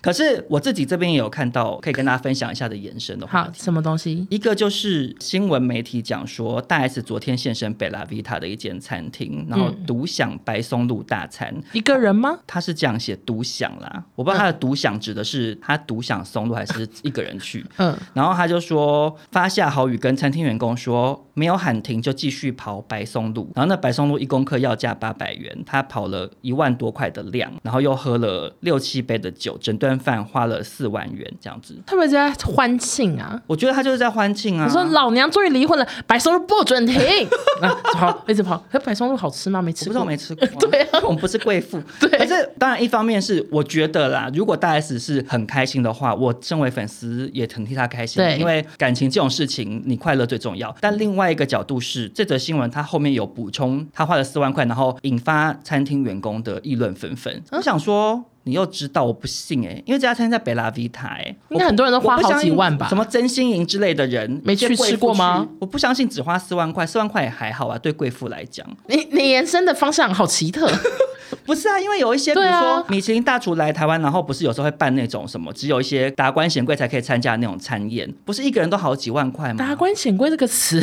[SPEAKER 3] 可是我自己这边也有看到，可以跟大家分享一下的延伸的话
[SPEAKER 4] 好，
[SPEAKER 3] 题。
[SPEAKER 4] 什么东西？
[SPEAKER 3] 一个就是新闻媒体讲说，大 S 昨天现身贝拉维塔的一间餐厅，然
[SPEAKER 4] 嗯
[SPEAKER 3] 后独享白松露大餐。
[SPEAKER 4] 一个人吗？
[SPEAKER 3] 他是这样写独享啦，我不知道他
[SPEAKER 4] 嗯
[SPEAKER 3] 的独享指的是他独享松露还是一个人去。
[SPEAKER 4] 嗯，
[SPEAKER 3] 然后他就说，发下豪语跟餐厅员工说，没有喊停就继续跑白松露，然后那白松露一公克要价八百元，他跑了一万多块的量，然后又喝了六七杯的酒，整顿饭花了四万元这样子。
[SPEAKER 4] 他们在欢庆啊！
[SPEAKER 3] 我觉得他就是在欢庆啊。
[SPEAKER 4] 我说老娘终于离婚了，白松露不准 停，啊，跑一直跑。可白松露好吃吗？没
[SPEAKER 3] 我
[SPEAKER 4] 吃
[SPEAKER 3] 不知道
[SPEAKER 4] 过，
[SPEAKER 3] 我没吃过、
[SPEAKER 4] 对啊，
[SPEAKER 3] 我们不是贵妇。
[SPEAKER 4] 对
[SPEAKER 3] 可是当然一方面是我觉得啦，如果大 S 是很开心的话，我身为粉丝也很替她开心，
[SPEAKER 4] 对
[SPEAKER 3] 因为感情这种事情，你快乐最重要。但另外一个角度是，这则新闻它后面有补充，他花了四万块，然后引发餐厅员工的议论纷纷。
[SPEAKER 4] 啊
[SPEAKER 3] 我想说。你又知道我不信哎、因为这家餐厅在北拉维塔哎、
[SPEAKER 4] 应该很多人都花
[SPEAKER 3] 我不
[SPEAKER 4] 好
[SPEAKER 3] 相信
[SPEAKER 4] 几万吧
[SPEAKER 3] 什么真心营之类的人
[SPEAKER 4] 没去
[SPEAKER 3] 一些贵
[SPEAKER 4] 吃过
[SPEAKER 3] 妇
[SPEAKER 4] 吗
[SPEAKER 3] 去？我不相信只花四万块，四万块也还好啊，对贵妇来讲。
[SPEAKER 4] 你你延伸的方向好奇特，
[SPEAKER 3] 不是啊，因为有一些，比
[SPEAKER 4] 对
[SPEAKER 3] 如
[SPEAKER 4] 啊
[SPEAKER 3] 说米其林大厨来台湾，然后不是有时候会办那种什么，只有一些达官显贵才可以参加的那种餐宴，不是一个人都好几万块吗？
[SPEAKER 4] 达官显贵这个词，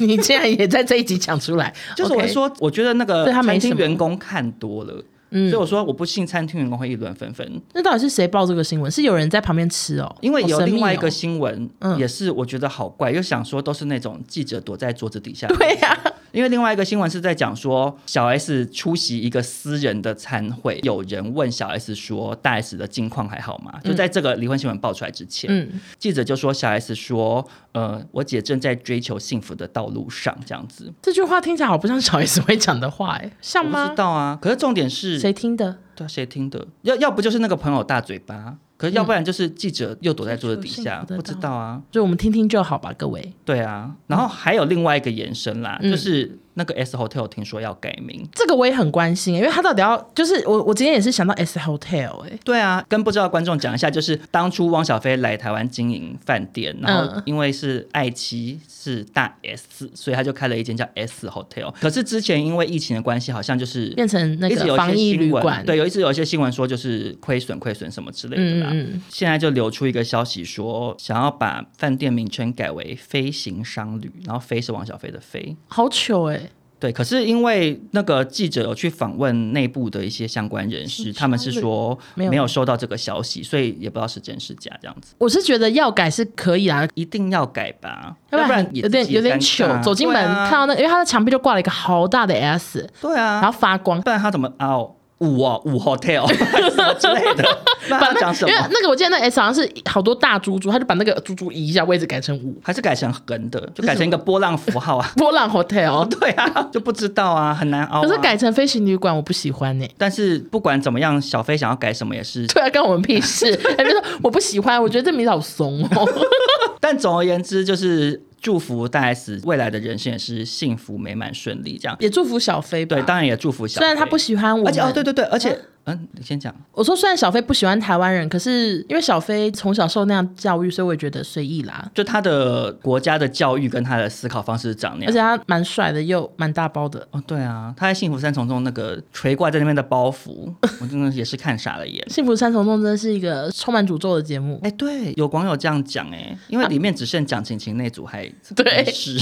[SPEAKER 4] 你竟然也在这一集讲出来，
[SPEAKER 3] 就是我
[SPEAKER 4] OK
[SPEAKER 3] 说我觉得那个
[SPEAKER 4] 对他没
[SPEAKER 3] 餐
[SPEAKER 4] 什
[SPEAKER 3] 厅
[SPEAKER 4] 么
[SPEAKER 3] 员工看多了，
[SPEAKER 4] 嗯
[SPEAKER 3] 所以我说我不信餐厅员工会议论纷纷，
[SPEAKER 4] 那到底是谁报这个新闻？是有人在旁边吃哦，
[SPEAKER 3] 因为
[SPEAKER 4] 好
[SPEAKER 3] 有
[SPEAKER 4] 神秘
[SPEAKER 3] 另外一个
[SPEAKER 4] 哦
[SPEAKER 3] 新闻、
[SPEAKER 4] 嗯
[SPEAKER 3] 也是我觉得好怪，又想说都是那种记者躲在桌子底下，
[SPEAKER 4] 对啊呀、
[SPEAKER 3] 因为另外一个新闻是在讲说，小 S 出席一个私人的餐会，有人问小 S 说，大 S 的近况还好吗？就在这个离婚新闻爆出来之前，
[SPEAKER 4] 嗯
[SPEAKER 3] 记者就说小 S 说，呃，我姐正在追求幸福的道路上，这样子，
[SPEAKER 4] 这句话听起来好不像小 S 会讲的话，哎，像
[SPEAKER 3] 我不
[SPEAKER 4] 吗
[SPEAKER 3] 知？道啊。可是重点是，
[SPEAKER 4] 谁听的？
[SPEAKER 3] 对啊谁听的？要要不就是那个朋友大嘴巴，可是要不然就是记者又躲在桌子底下，
[SPEAKER 4] 追求幸福的道
[SPEAKER 3] 不
[SPEAKER 4] 路
[SPEAKER 3] 知道啊。
[SPEAKER 4] 就我们听听就好吧，各位。
[SPEAKER 3] 对啊，然后还有另外一个延伸啦，
[SPEAKER 4] 嗯
[SPEAKER 3] 就是那个 S Hotel 听说要改名，
[SPEAKER 4] 这个我也很关心，因为他到底要就是我，我今天也是想到 S Hotel 哎、
[SPEAKER 3] 对啊，跟不知道的观众讲一下，就是当初汪小菲来台湾经营饭店，然后
[SPEAKER 4] 嗯
[SPEAKER 3] 因为是爱妻是大 S，所以他就开了一间叫 S Hotel。可是之前因为疫情的关系，好像就是
[SPEAKER 4] 变成那
[SPEAKER 3] 一直有一
[SPEAKER 4] 个
[SPEAKER 3] 些
[SPEAKER 4] 防疫旅
[SPEAKER 3] 新闻
[SPEAKER 4] 馆，
[SPEAKER 3] 对，有一直有一些新闻说就是亏损、亏损什么之类的
[SPEAKER 4] 嗯
[SPEAKER 3] 啦。
[SPEAKER 4] 嗯嗯，
[SPEAKER 3] 现在就流出一个消息说，想要把饭店名称改为飞行商旅，然后飞是王小飞的飞。
[SPEAKER 4] 好糗哎、
[SPEAKER 3] 对，可是因为那个记者有去访问内部的一些相关人士，他们是说
[SPEAKER 4] 没有
[SPEAKER 3] 没有收到这个消息，所以也不知道是真是假，这样子
[SPEAKER 4] 我是觉得要改是可以啊，
[SPEAKER 3] 一定要改吧，
[SPEAKER 4] 要
[SPEAKER 3] 要
[SPEAKER 4] 不
[SPEAKER 3] 不
[SPEAKER 4] 然
[SPEAKER 3] 然
[SPEAKER 4] 有点有点糗。走进门、看
[SPEAKER 3] 到
[SPEAKER 4] 到那个，因为他的墙壁就挂了一个好大的 S，
[SPEAKER 3] 啊对啊，
[SPEAKER 4] 然后发光。
[SPEAKER 3] 不然他怎么凹五哦五 hotel 什么之类 的，那他讲什
[SPEAKER 4] 因为
[SPEAKER 3] 么？
[SPEAKER 4] 那个我记得那个 S 好像是好多大珠珠，他就把那个珠珠移一下，位置改成五。
[SPEAKER 3] 还是改成横的，就改成一个波浪符号啊？
[SPEAKER 4] 波浪 Hotel，
[SPEAKER 3] 对啊，就不知道啊，很难凹、啊。
[SPEAKER 4] 可是改，成飞行旅馆我不喜欢呢、
[SPEAKER 3] 但是不管怎么样，小飞想要改什么也是
[SPEAKER 4] 对啊，跟我们屁事。 哎，别说我不喜欢，我觉得这名字好怂哦。
[SPEAKER 3] 但总而言之，就是祝福大 S 未来的人生也是幸福美满顺利这样。
[SPEAKER 4] 也祝福小飞吧。
[SPEAKER 3] 对，啊当然也祝福小飞。
[SPEAKER 4] 虽然他不喜欢我们，
[SPEAKER 3] 而且哦，对对对，而且嗯，你先讲。
[SPEAKER 4] 我说虽然小飞不喜欢台湾人，可是因为小飞从小受那样教育，所以我也觉得随意啦。
[SPEAKER 3] 就他的国家的教育跟他的思考方式是长那
[SPEAKER 4] 而且
[SPEAKER 3] 样。
[SPEAKER 4] 他蛮帅的，又蛮大包的。
[SPEAKER 3] 哦，对啊，他在《幸福三重奏》那个垂挂在那边的包袱，我真的也是看傻了眼。
[SPEAKER 4] 幸福三重奏真的是一个充满诅咒的节目。
[SPEAKER 3] 哎，对，有网友这样讲哎，因为里面只剩蒋勤勤那组还
[SPEAKER 4] 对
[SPEAKER 3] 是。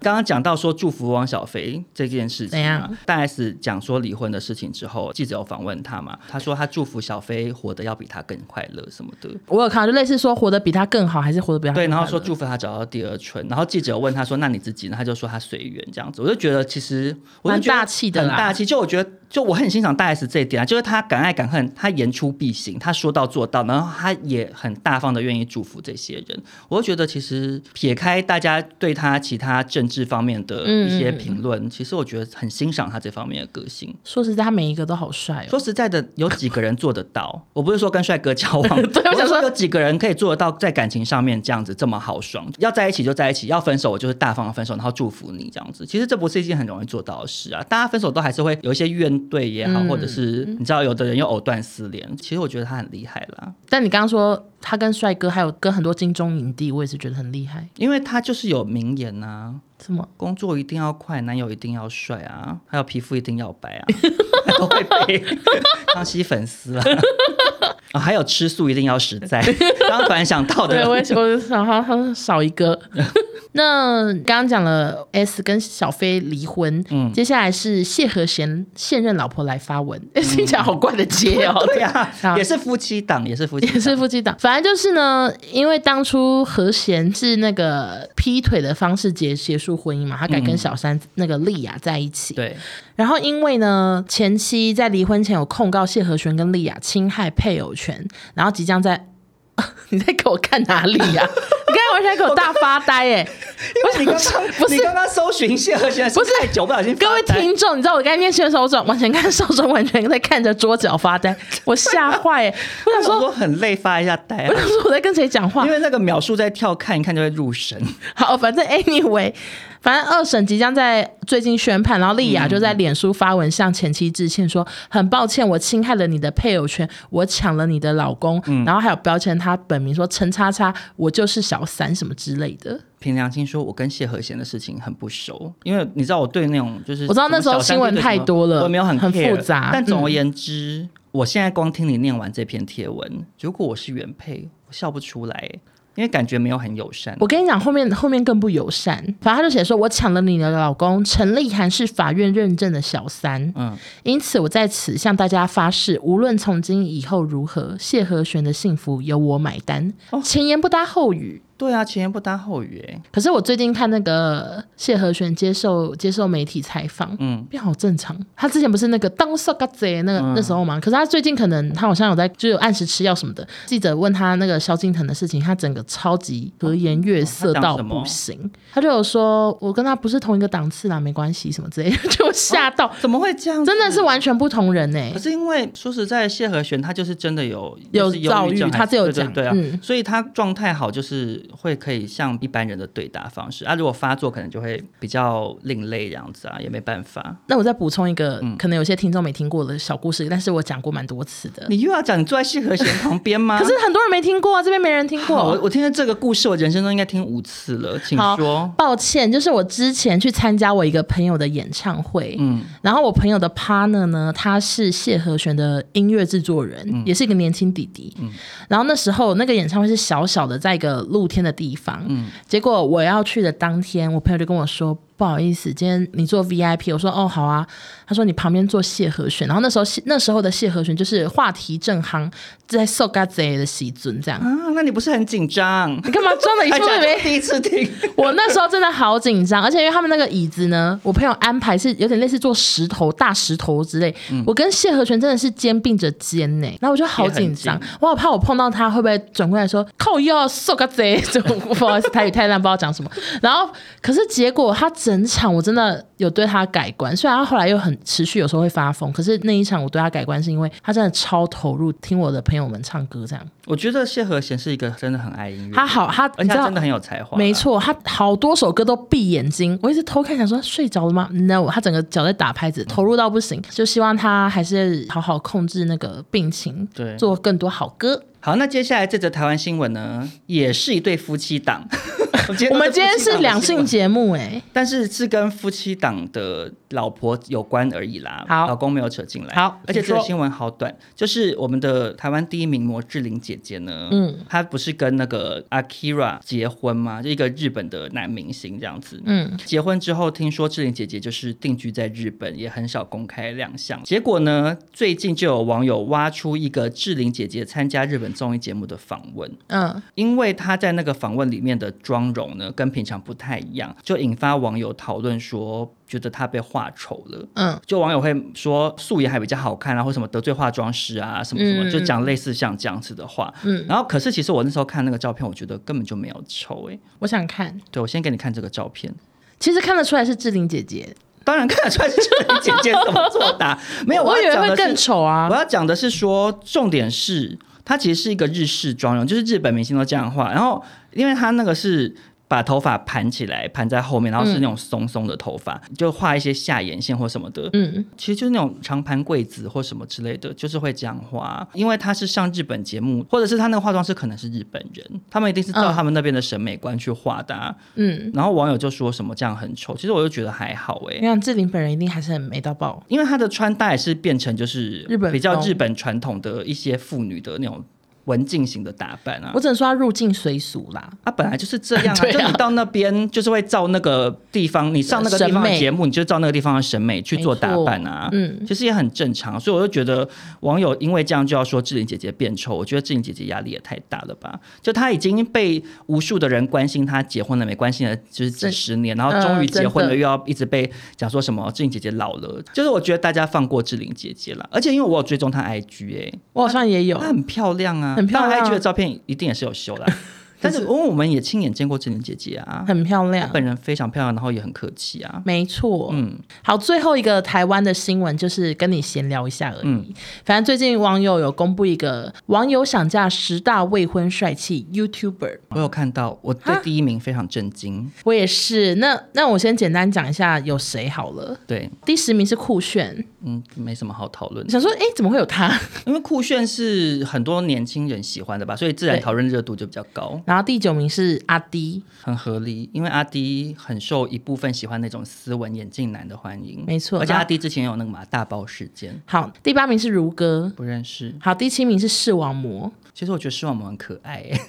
[SPEAKER 3] 刚刚讲到说祝福汪小菲这件事情、
[SPEAKER 4] 怎
[SPEAKER 3] 啊
[SPEAKER 4] 样，
[SPEAKER 3] 大 S 讲说离婚的事情之后，记者有访问他嘛，他说他祝福小菲活得要比他更快乐什么的。
[SPEAKER 4] 我有看到，就类似说活得比他更好，还是活得比他
[SPEAKER 3] 对，
[SPEAKER 4] 更
[SPEAKER 3] 然后
[SPEAKER 4] 快
[SPEAKER 3] 说
[SPEAKER 4] 乐
[SPEAKER 3] 祝福他找到第二春，然后记者问他说：“那你自己呢？”他就说他随缘这样子。我就觉得其实我就
[SPEAKER 4] 蛮
[SPEAKER 3] 觉得
[SPEAKER 4] 大气的啦
[SPEAKER 3] 很大气。就我觉得，就我很欣赏大 S 这一点啊，就是他敢爱敢恨，他言出必行，他说到做到，然后他也很大方的愿意祝福这些人。我就觉得其实撇开大家对他其他政治方面的一些
[SPEAKER 4] 嗯嗯嗯
[SPEAKER 3] 评论，其实我觉得很欣赏他这方面的个性。
[SPEAKER 4] 说实在，他每一个都好帅哦。
[SPEAKER 3] 说实在的，有几个人做得到？ 我不是说跟帅哥交往，
[SPEAKER 4] 对我想
[SPEAKER 3] 是
[SPEAKER 4] 说
[SPEAKER 3] 有几个人可以做得到，在感情上面这样子这么豪爽，要在一起就在一起，要分手我就是大方的分手，然后祝福你这样子。其实这不是一件很容易做到的事啊，大家分手都还是会有一些怨怼也好，
[SPEAKER 4] 嗯
[SPEAKER 3] 或者是你知道有的人又藕断丝连。其实我觉得他很厉害啦，
[SPEAKER 4] 但你刚刚说他跟帅哥，还有跟很多金钟影帝，我也是觉得很厉害。
[SPEAKER 3] 因为他就是有名言啊。
[SPEAKER 4] 什么？
[SPEAKER 3] 工作一定要快，男友一定要帅 啊，还有皮肤一定要白啊，都会被康熙粉丝啊。哦，还有吃素一定要实 在，刚刚突然想到
[SPEAKER 4] 对，啊
[SPEAKER 3] 的
[SPEAKER 4] 我。也我想好像少一个。 那刚刚讲了 S 跟小飞离婚，接下来是谢和弦现任老婆来发文， 听起来好怪的接哦。
[SPEAKER 3] 对呀、
[SPEAKER 4] 好
[SPEAKER 3] 也是夫妻档，也是夫妻档，
[SPEAKER 4] 也是夫妻档，反正就是呢，因为当初和弦是那个劈腿的方式结结束婚姻嘛，他改跟小三那个丽雅在一起。
[SPEAKER 3] 对，
[SPEAKER 4] 然后因为呢，前妻在离婚前有控告谢和弦跟丽雅侵害配偶权，然后即将在。 你在给我看哪里 呀、你刚才完全给我大发呆耶、
[SPEAKER 3] 因为你刚刚
[SPEAKER 4] 不是
[SPEAKER 3] 你刚刚搜寻谢和弦
[SPEAKER 4] 不是
[SPEAKER 3] 太久，不小心
[SPEAKER 4] 各位
[SPEAKER 3] 发呆
[SPEAKER 4] 听众，你知道我刚才念新闻的时候，我转完全看手中完全在看着桌角发呆，我吓坏耶、我
[SPEAKER 3] 我想
[SPEAKER 4] 想说，
[SPEAKER 3] 说很累，发一下呆、
[SPEAKER 4] 我
[SPEAKER 3] 啊，
[SPEAKER 4] 想说我在跟谁讲话
[SPEAKER 3] 因？为那个秒数在跳，看一看就会入神。
[SPEAKER 4] 好，反正 anyway，反正二审即将在最近宣判，然后丽雅就在脸书发文向前妻致歉说，很抱歉我侵害了你的配偶权，我抢了你的老公，然后还有标签她本名说陈叉叉，我就是小三什么之类的。
[SPEAKER 3] 凭良心说，我跟谢和弦的事情很不熟，因为你知道我对那种就是
[SPEAKER 4] 我知道那时候
[SPEAKER 3] 什么小三
[SPEAKER 4] 新闻
[SPEAKER 3] 对什么
[SPEAKER 4] 太多了
[SPEAKER 3] 我没有很
[SPEAKER 4] 很
[SPEAKER 3] care，
[SPEAKER 4] 复杂
[SPEAKER 3] 但总而
[SPEAKER 4] 嗯
[SPEAKER 3] 言之，我现在光听你念完这篇贴文，如果我是原配，我笑不出来，欸因为感觉没有很友善。
[SPEAKER 4] 我跟你讲，后面后面更不友善，反正他就写说，我抢了你的老公，陈立涵是法院认证的小三，
[SPEAKER 3] 嗯
[SPEAKER 4] 因此我在此向大家发誓，无论从今以后如何，谢和弦的幸福由我买单，前言不搭后语。
[SPEAKER 3] 对啊，前言不搭后语、欸，
[SPEAKER 4] 可是我最近看那个谢和弦接受接受媒体采访，
[SPEAKER 3] 嗯，
[SPEAKER 4] 变好正常。他之前不是那个当色嘎贼那个、那时候嘛，可是他最近可能他好像有在就有按时吃药什么的。记者问他那个萧敬腾的事情，他整个超级和颜悦色
[SPEAKER 3] 哦
[SPEAKER 4] 到不行，他就有说我跟他不是同一个档次啦，没关系什么 之类的，就吓到，
[SPEAKER 3] 怎么会这样？
[SPEAKER 4] 真的是。完全不同人呢、欸
[SPEAKER 3] 可是因为说实在，谢和弦他就是真的有
[SPEAKER 4] 有
[SPEAKER 3] 就是忧
[SPEAKER 4] 躁郁
[SPEAKER 3] 症还是
[SPEAKER 4] 他自己有
[SPEAKER 3] 对对
[SPEAKER 4] 讲
[SPEAKER 3] 对啊，
[SPEAKER 4] 嗯
[SPEAKER 3] 所以他状态好就是会可以像一般人的对答方式啊，如果发作可能就会比较另类这样子啊，也没办法。
[SPEAKER 4] 那我再补充一个，
[SPEAKER 3] 嗯
[SPEAKER 4] 可能有些听众没听过的小故事，但是我讲过蛮多次的。
[SPEAKER 3] 你又要讲你坐在谢和弦旁边吗？
[SPEAKER 4] 可是很多人没听过啊，这边没人听过。
[SPEAKER 3] 好，我我听了这个故事，我人生中应该听五次了，请
[SPEAKER 4] 好
[SPEAKER 3] 说。
[SPEAKER 4] 抱歉，就是我之前去参加我一个朋友的演唱会，
[SPEAKER 3] 嗯，
[SPEAKER 4] 然后我朋友的 partner 呢，他是谢和弦的音乐制作人，
[SPEAKER 3] 嗯
[SPEAKER 4] 也是一个年轻弟弟。然后那时候那个演唱会是小小的，在一个露天的地方。
[SPEAKER 3] 嗯
[SPEAKER 4] 结果我要去的当天，我朋友就跟我说。不好意思，今天你做 VIP，我说哦好啊。他说你旁边坐谢和弦，然后那时候谢那时候的谢和弦就是话题正夯，在 so g a z 的席尊这样。
[SPEAKER 3] 啊，哎那你不是很紧 张？
[SPEAKER 4] 你干嘛装的一副
[SPEAKER 3] 而且
[SPEAKER 4] 没
[SPEAKER 3] 还第一次听，
[SPEAKER 4] 我那时候真的好紧张，而且因为他们那个椅子呢，我朋友安排是有点类似做石头、大石头之类。我跟谢和弦真的是肩并着肩呢、然后我就好紧张
[SPEAKER 3] 也很，
[SPEAKER 4] 我好怕我碰到他会不会转过来说靠腰受个贼，就不好意思，台语太烂，不知道讲什么。 然后可是结果他整场我真的有对他改观，虽然他后来又很持续，有时候会发疯，可是那一场我对他改观是因为他真的超投入，听我的朋友们唱歌这样。
[SPEAKER 3] 我觉得谢和弦是一个真的很爱音乐，
[SPEAKER 4] 他，好，他
[SPEAKER 3] 而
[SPEAKER 4] 你
[SPEAKER 3] 且
[SPEAKER 4] 知
[SPEAKER 3] 他
[SPEAKER 4] 道
[SPEAKER 3] 真的很有才华。
[SPEAKER 4] 没，错，他好多首歌都闭眼睛，我一直偷看，想说睡着了吗？No，他整个脚在打拍子，投入到不行，就希望他还是好好控制那个病情，
[SPEAKER 3] 对
[SPEAKER 4] 做更多好歌。
[SPEAKER 3] 好，那接下来这则台湾新闻呢，也是一对夫妻 档。我今天
[SPEAKER 4] 我们
[SPEAKER 3] 都
[SPEAKER 4] 今
[SPEAKER 3] 夫
[SPEAKER 4] 天
[SPEAKER 3] 妻档
[SPEAKER 4] 是
[SPEAKER 3] 的
[SPEAKER 4] 两
[SPEAKER 3] 新
[SPEAKER 4] 性
[SPEAKER 3] 闻，
[SPEAKER 4] 节目、哎
[SPEAKER 3] 但是是跟夫妻档的老婆有关而已啦。
[SPEAKER 4] 好
[SPEAKER 3] 老公没有扯进来。
[SPEAKER 4] 好
[SPEAKER 3] 而且这
[SPEAKER 4] 请
[SPEAKER 3] 个
[SPEAKER 4] 说
[SPEAKER 3] 新闻好短，就是我们的台湾第一名模志玲姐姐呢，
[SPEAKER 4] 哎，嗯
[SPEAKER 3] 她不是跟那个 Akira 结婚吗？就一个日本的男明星这样子。
[SPEAKER 4] 嗯，
[SPEAKER 3] 结婚之后，听说志玲姐姐就是定居在日本，也很少公开亮相。结果呢，最近就有网友挖出一个志玲姐姐参加日本综艺节目的访问，
[SPEAKER 4] 嗯，
[SPEAKER 3] 因为她在那个访问里面的妆容呢跟平常不太一样，就引发网友讨论说，觉得她被画丑了。
[SPEAKER 4] 嗯，
[SPEAKER 3] 就网友会说素颜还比较好看啊，或什么得罪化妆师啊，什么什么，
[SPEAKER 4] 嗯
[SPEAKER 3] 就讲类似像这样子的话。
[SPEAKER 4] 嗯
[SPEAKER 3] 然后可是其实我那时候看那个照片，我觉得根本就没有丑诶、
[SPEAKER 4] 我想看，
[SPEAKER 3] 对我先给你看这个照片，
[SPEAKER 4] 其实看得出来是志玲姐姐，
[SPEAKER 3] 当然看得出来是这个姐姐怎么作答，没有，
[SPEAKER 4] 我
[SPEAKER 3] 我
[SPEAKER 4] 以
[SPEAKER 3] 要
[SPEAKER 4] 为
[SPEAKER 3] 讲
[SPEAKER 4] 会
[SPEAKER 3] 的
[SPEAKER 4] 更
[SPEAKER 3] 是，
[SPEAKER 4] 丑啊
[SPEAKER 3] 我。要讲的是说，重点是它其实是一个日式妆容，就是日本明星都这样画，然后因为它那个是。把头发盘起来，盘在后面，然后是那种松松的头发，就画一些下眼线或什么的。
[SPEAKER 4] 嗯，
[SPEAKER 3] 其实就是那种长盘柜子或什么之类的，就是会这样画。啊因为他是上日本节目，或者是他那个化妆师可能是日本人，他们一定是照
[SPEAKER 4] 嗯
[SPEAKER 3] 他们那边的审美观去画的、啊。
[SPEAKER 4] 嗯，
[SPEAKER 3] 然后网友就说什么这样很丑，其实我就觉得还好哎、
[SPEAKER 4] 你看志玲本人一定还是很美到爆。
[SPEAKER 3] 因为她的穿搭也是变成就是
[SPEAKER 4] 日本
[SPEAKER 3] 比较
[SPEAKER 4] 风
[SPEAKER 3] 日本传统的一些妇女的那种文静型的打扮啊
[SPEAKER 4] 我。只能说她入境随俗啦，
[SPEAKER 3] 啊，本来就是这样啊！
[SPEAKER 4] 对啊
[SPEAKER 3] 就你到那边，就是会照那个地方，你上那个地方
[SPEAKER 4] 审
[SPEAKER 3] 的
[SPEAKER 4] 美
[SPEAKER 3] 节目，你就照那个地方的审美去做打扮啊。
[SPEAKER 4] 没错嗯
[SPEAKER 3] 其实也很正常，所以我就觉得网友因为这样就要说志玲姐姐变丑，我觉得志玲姐姐压力也太大了吧？就她已经被无数的人关心她结婚了没，关心了就是几十年，然后终于结婚了，
[SPEAKER 4] 嗯真的
[SPEAKER 3] 又要一直被讲说什么志玲姐姐老了，就是我觉得大家放过志玲姐姐了。而且因为我有追踪她 IG 哎、
[SPEAKER 4] 我好像也有
[SPEAKER 3] 她，很漂亮啊，
[SPEAKER 4] 很漂亮啊
[SPEAKER 3] 当然 IG 的照片一定也是有 修的啊、但是因为我们也亲眼见过志玲姐姐啊，
[SPEAKER 4] 很漂
[SPEAKER 3] 她
[SPEAKER 4] 亮，
[SPEAKER 3] 本人非常漂亮，然后也很客气啊。
[SPEAKER 4] 没错。
[SPEAKER 3] 嗯，
[SPEAKER 4] 好，最后一个台湾的新闻就是跟你闲聊一下而已。
[SPEAKER 3] 嗯
[SPEAKER 4] 反正最近网友有公布一个网友想嫁十大未婚帅气 YouTuber，
[SPEAKER 3] 我有看到，我对
[SPEAKER 4] 啊
[SPEAKER 3] 第一名非常震惊。
[SPEAKER 4] 我也是。那那我先简单讲一下有谁好了。
[SPEAKER 3] 对，
[SPEAKER 4] 第十名是酷炫，
[SPEAKER 3] 嗯，没什么好讨论，
[SPEAKER 4] 想说诶，怎么会有他？
[SPEAKER 3] 因为酷炫是很多年轻人喜欢的吧，所以自然
[SPEAKER 4] 对
[SPEAKER 3] 讨论热度就比较高，
[SPEAKER 4] 然后第九名是阿迪，
[SPEAKER 3] 很合理。因为阿迪很受一部分喜欢那种斯文眼镜男的欢迎，
[SPEAKER 4] 没错啊
[SPEAKER 3] 而且
[SPEAKER 4] 那
[SPEAKER 3] 阿迪之前有那个嘛大爆事件，
[SPEAKER 4] 好，第八名是如歌，
[SPEAKER 3] 不认识。
[SPEAKER 4] 好，第七名是视网膜。
[SPEAKER 3] 其实我觉得视网膜很可 爱、欸，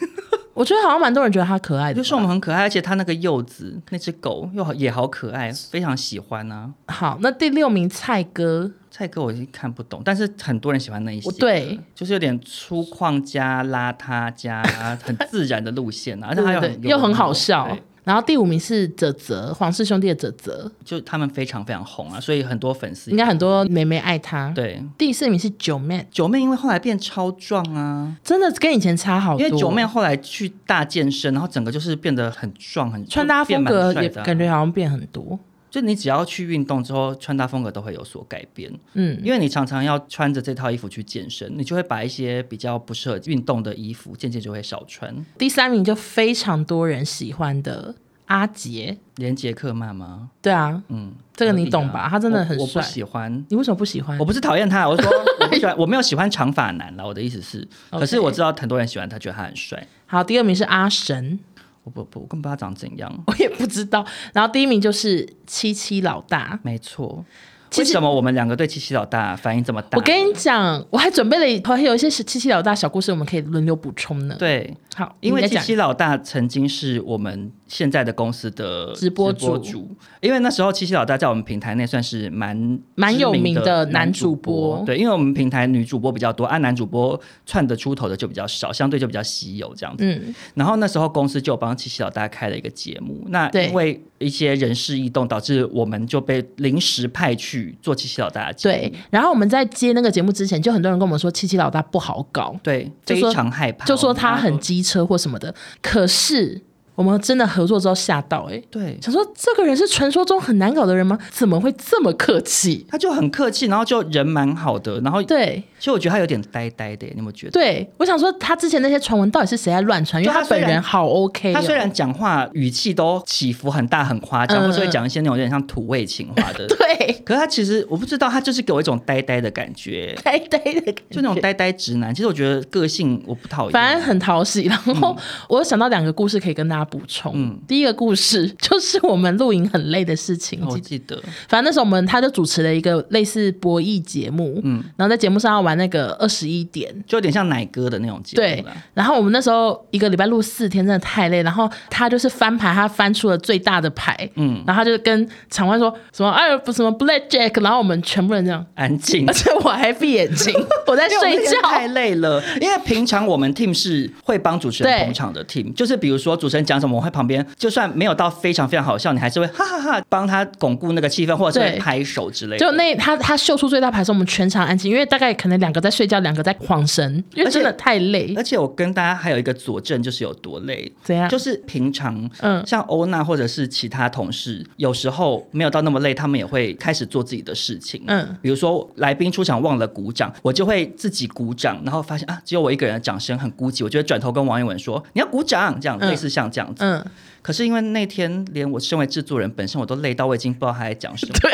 [SPEAKER 4] 我觉得好像蛮多人觉得他可爱的
[SPEAKER 3] 就
[SPEAKER 4] 吧，
[SPEAKER 3] 是我们很可爱，而且它那个柚子那只狗又好也好可爱，非常喜欢啊。
[SPEAKER 4] 好，那第六名蔡哥，
[SPEAKER 3] 蔡哥我已经看不懂，但是很多人喜欢那一些
[SPEAKER 4] 我，对，
[SPEAKER 3] 就是有点粗犷加邋遢加很自然的路 线啊，而且还
[SPEAKER 4] 对
[SPEAKER 3] 有
[SPEAKER 4] 对
[SPEAKER 3] 很
[SPEAKER 4] 对，又很好笑
[SPEAKER 3] 对。
[SPEAKER 4] 然后第五名是泽泽，皇室兄弟的泽泽，
[SPEAKER 3] 就他们非常非常红啊，所以很多粉丝
[SPEAKER 4] 应该很多妹妹爱他。
[SPEAKER 3] 对。
[SPEAKER 4] 第四名是九妹，
[SPEAKER 3] 九妹因为后来变超壮啊，
[SPEAKER 4] 真的跟以前差好多。
[SPEAKER 3] 因为九妹后来去大健身，然后整个就是变得很壮，很
[SPEAKER 4] 穿搭风
[SPEAKER 3] 就
[SPEAKER 4] 格
[SPEAKER 3] 变蛮
[SPEAKER 4] 也
[SPEAKER 3] 帅的啊
[SPEAKER 4] 感觉好像变很多。
[SPEAKER 3] 就你只要去运动之后，穿搭风格都会有所改变。
[SPEAKER 4] 嗯，
[SPEAKER 3] 因为你常常要穿着这套衣服去健身，你就会把一些比较不适合运动的衣服渐渐就会少穿。
[SPEAKER 4] 第三名就非常多人喜欢的阿杰，
[SPEAKER 3] 连杰克曼吗？
[SPEAKER 4] 对啊，
[SPEAKER 3] 嗯，
[SPEAKER 4] 这个你
[SPEAKER 3] 可以啊
[SPEAKER 4] 懂吧他真的很
[SPEAKER 3] 我我不
[SPEAKER 4] 帅
[SPEAKER 3] 喜欢。
[SPEAKER 4] 你为什么不喜欢
[SPEAKER 3] 我？不是讨厌他，我是 说我不喜欢，我没有喜欢长发男啦。我的意思是，可是
[SPEAKER 4] OK
[SPEAKER 3] 我知道很多人喜欢他，觉得他很帅。
[SPEAKER 4] 好，第二名是阿神，
[SPEAKER 3] 我不不，我根本不知道他长怎样。
[SPEAKER 4] 我也不知道。然后第一名就是七七老大，
[SPEAKER 3] 没错，
[SPEAKER 4] 其
[SPEAKER 3] 为
[SPEAKER 4] 实
[SPEAKER 3] 什么我们两个对七七老大反应这么大？
[SPEAKER 4] 我跟你讲，我还准备了一，还有一些七七老大小故事，我们可以轮流补充呢。，
[SPEAKER 3] 对，
[SPEAKER 4] 好，
[SPEAKER 3] 因
[SPEAKER 4] 你
[SPEAKER 3] 为
[SPEAKER 4] 再
[SPEAKER 3] 七
[SPEAKER 4] 讲
[SPEAKER 3] 七老大曾经是我们现在的公司的
[SPEAKER 4] 直播主
[SPEAKER 3] 主，因为那时候七七老大在我们平台内算是蛮
[SPEAKER 4] 蛮有
[SPEAKER 3] 知
[SPEAKER 4] 名的
[SPEAKER 3] 的
[SPEAKER 4] 男主
[SPEAKER 3] 主
[SPEAKER 4] 播
[SPEAKER 3] 对，因为我们平台女主播比较多，按、男主播串得出头的就比较少，相对就比较稀有这样子。
[SPEAKER 4] 嗯，
[SPEAKER 3] 然后那时候公司就有帮七七老大开了一个节目，那
[SPEAKER 4] 对
[SPEAKER 3] 因为一些人事异动，导致我们就被临时派去做七七老大的节目
[SPEAKER 4] 对。然后我们在接那个节目之前，就很多人跟我们说七七老大不好搞，
[SPEAKER 3] 对，
[SPEAKER 4] 就
[SPEAKER 3] 非
[SPEAKER 4] 说
[SPEAKER 3] 常害怕，
[SPEAKER 4] 就说
[SPEAKER 3] 我们
[SPEAKER 4] 他
[SPEAKER 3] 大家
[SPEAKER 4] 很
[SPEAKER 3] 都
[SPEAKER 4] 机车或什么的。可是我们真的合作之后吓到、欸，
[SPEAKER 3] 对。
[SPEAKER 4] 想说这个人是传说中很难搞的人吗？怎么会这么客气？
[SPEAKER 3] 他就很客气，然后就人蛮好的，然后
[SPEAKER 4] 对
[SPEAKER 3] 其实我觉得他有点呆呆的，你有没有觉得？
[SPEAKER 4] 对，我想说他之前那些传闻到底是谁在乱传？因为
[SPEAKER 3] 就他
[SPEAKER 4] 他本
[SPEAKER 3] 虽然
[SPEAKER 4] 人好 OK，、哦、
[SPEAKER 3] 他虽然讲话语气都起伏很大、很夸张，
[SPEAKER 4] 嗯，
[SPEAKER 3] 或是会讲一些那种有点像土味情话的
[SPEAKER 4] 对
[SPEAKER 3] 可是他其实我不知道，他就是给我一种呆呆的感觉，
[SPEAKER 4] 呆呆的感觉，
[SPEAKER 3] 就那种呆呆直男。其实我觉得个性我不讨厌，
[SPEAKER 4] 反正很讨喜。然后
[SPEAKER 3] 嗯
[SPEAKER 4] 我有想到两个故事可以跟大家补充。第一个故事就是我们露营很累的事情。
[SPEAKER 3] 哦我
[SPEAKER 4] 记
[SPEAKER 3] 记得
[SPEAKER 4] 反正那时候我们他就主持了一个类似博弈节目，嗯，然后在节目上要玩那个二十一点。
[SPEAKER 3] 就有点像奶哥的那种节
[SPEAKER 4] 对
[SPEAKER 3] 目啦，
[SPEAKER 4] 然后我们那时候一个礼拜录四天，真的太累。然后他就是翻牌，他翻出了最大的牌，嗯，然后他就跟场外说什么哎不什么 black jack，然后我们全部人这样，
[SPEAKER 3] 安静
[SPEAKER 4] 而。且我还闭眼睛，我在
[SPEAKER 3] 嗯 因为我
[SPEAKER 4] 睡
[SPEAKER 3] 那天
[SPEAKER 4] 觉，
[SPEAKER 3] 太累了，因为平常我们 team 是会帮主持人
[SPEAKER 4] 对
[SPEAKER 3] 捧场的 team，就是比如说主持人讲什么，我会旁边就算没有到非常非常好笑，你还是会哈哈哈帮他巩固那个气氛，或者是
[SPEAKER 4] 对
[SPEAKER 3] 会拍手之类的。
[SPEAKER 4] 就那他他秀出最大牌的时候，我们全场安静，因为大概可能两个在睡觉，两个在晃神，因为
[SPEAKER 3] 而且
[SPEAKER 4] 真的太累
[SPEAKER 3] 而。且我跟大家还有一个佐证，就是有多累。
[SPEAKER 4] 怎样
[SPEAKER 3] 就是平常，
[SPEAKER 4] 嗯
[SPEAKER 3] 嗯，像欧娜或者是其他同事，有时候没有到那么累，他们也会开始做自己的事情。
[SPEAKER 4] 嗯
[SPEAKER 3] 嗯，比如说来宾出场忘了鼓掌，我就会自己鼓掌，然后发现啊，只有我一个人的掌声很孤寂，我就会转头跟王一文说：“你要鼓掌。”这样、
[SPEAKER 4] 嗯
[SPEAKER 3] 类似像这这样子。
[SPEAKER 4] 嗯，
[SPEAKER 3] 可是因为那天连我身为制作人本身我都累到，我已经不知道他在 讲什么。
[SPEAKER 4] 对，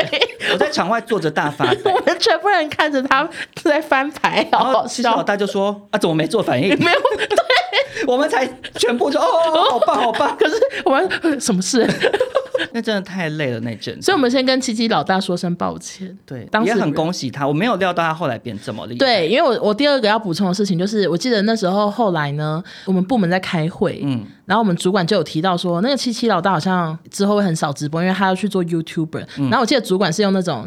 [SPEAKER 3] 我在场外坐着大发呆，
[SPEAKER 4] 我们全部人看着他在翻牌，
[SPEAKER 3] 然
[SPEAKER 4] 好
[SPEAKER 3] 后
[SPEAKER 4] 好
[SPEAKER 3] 其实老
[SPEAKER 4] 笑。
[SPEAKER 3] 大就说啊，怎么没做反应？
[SPEAKER 4] 没 有，
[SPEAKER 3] 我们才全 部说哦哦，哦好棒好棒。
[SPEAKER 4] 可是我们什么事？
[SPEAKER 3] 那真的太累了那阵子
[SPEAKER 4] 所以，我们先跟七七老大说声抱歉。
[SPEAKER 3] 对，
[SPEAKER 4] 当
[SPEAKER 3] 也
[SPEAKER 4] 事
[SPEAKER 3] 很
[SPEAKER 4] 人
[SPEAKER 3] 恭喜他，我没有料到他后来变这么厉害。
[SPEAKER 4] 对，因为我我第二个要补充的事情就是，我记得那时候后来呢，我们部门在开会，
[SPEAKER 3] 嗯
[SPEAKER 4] 然后我们主管就有提到说，那个七七老大好像之后会很少直播，因为他要去做 YouTuber、然
[SPEAKER 3] 嗯
[SPEAKER 4] 后我记得主管是用那种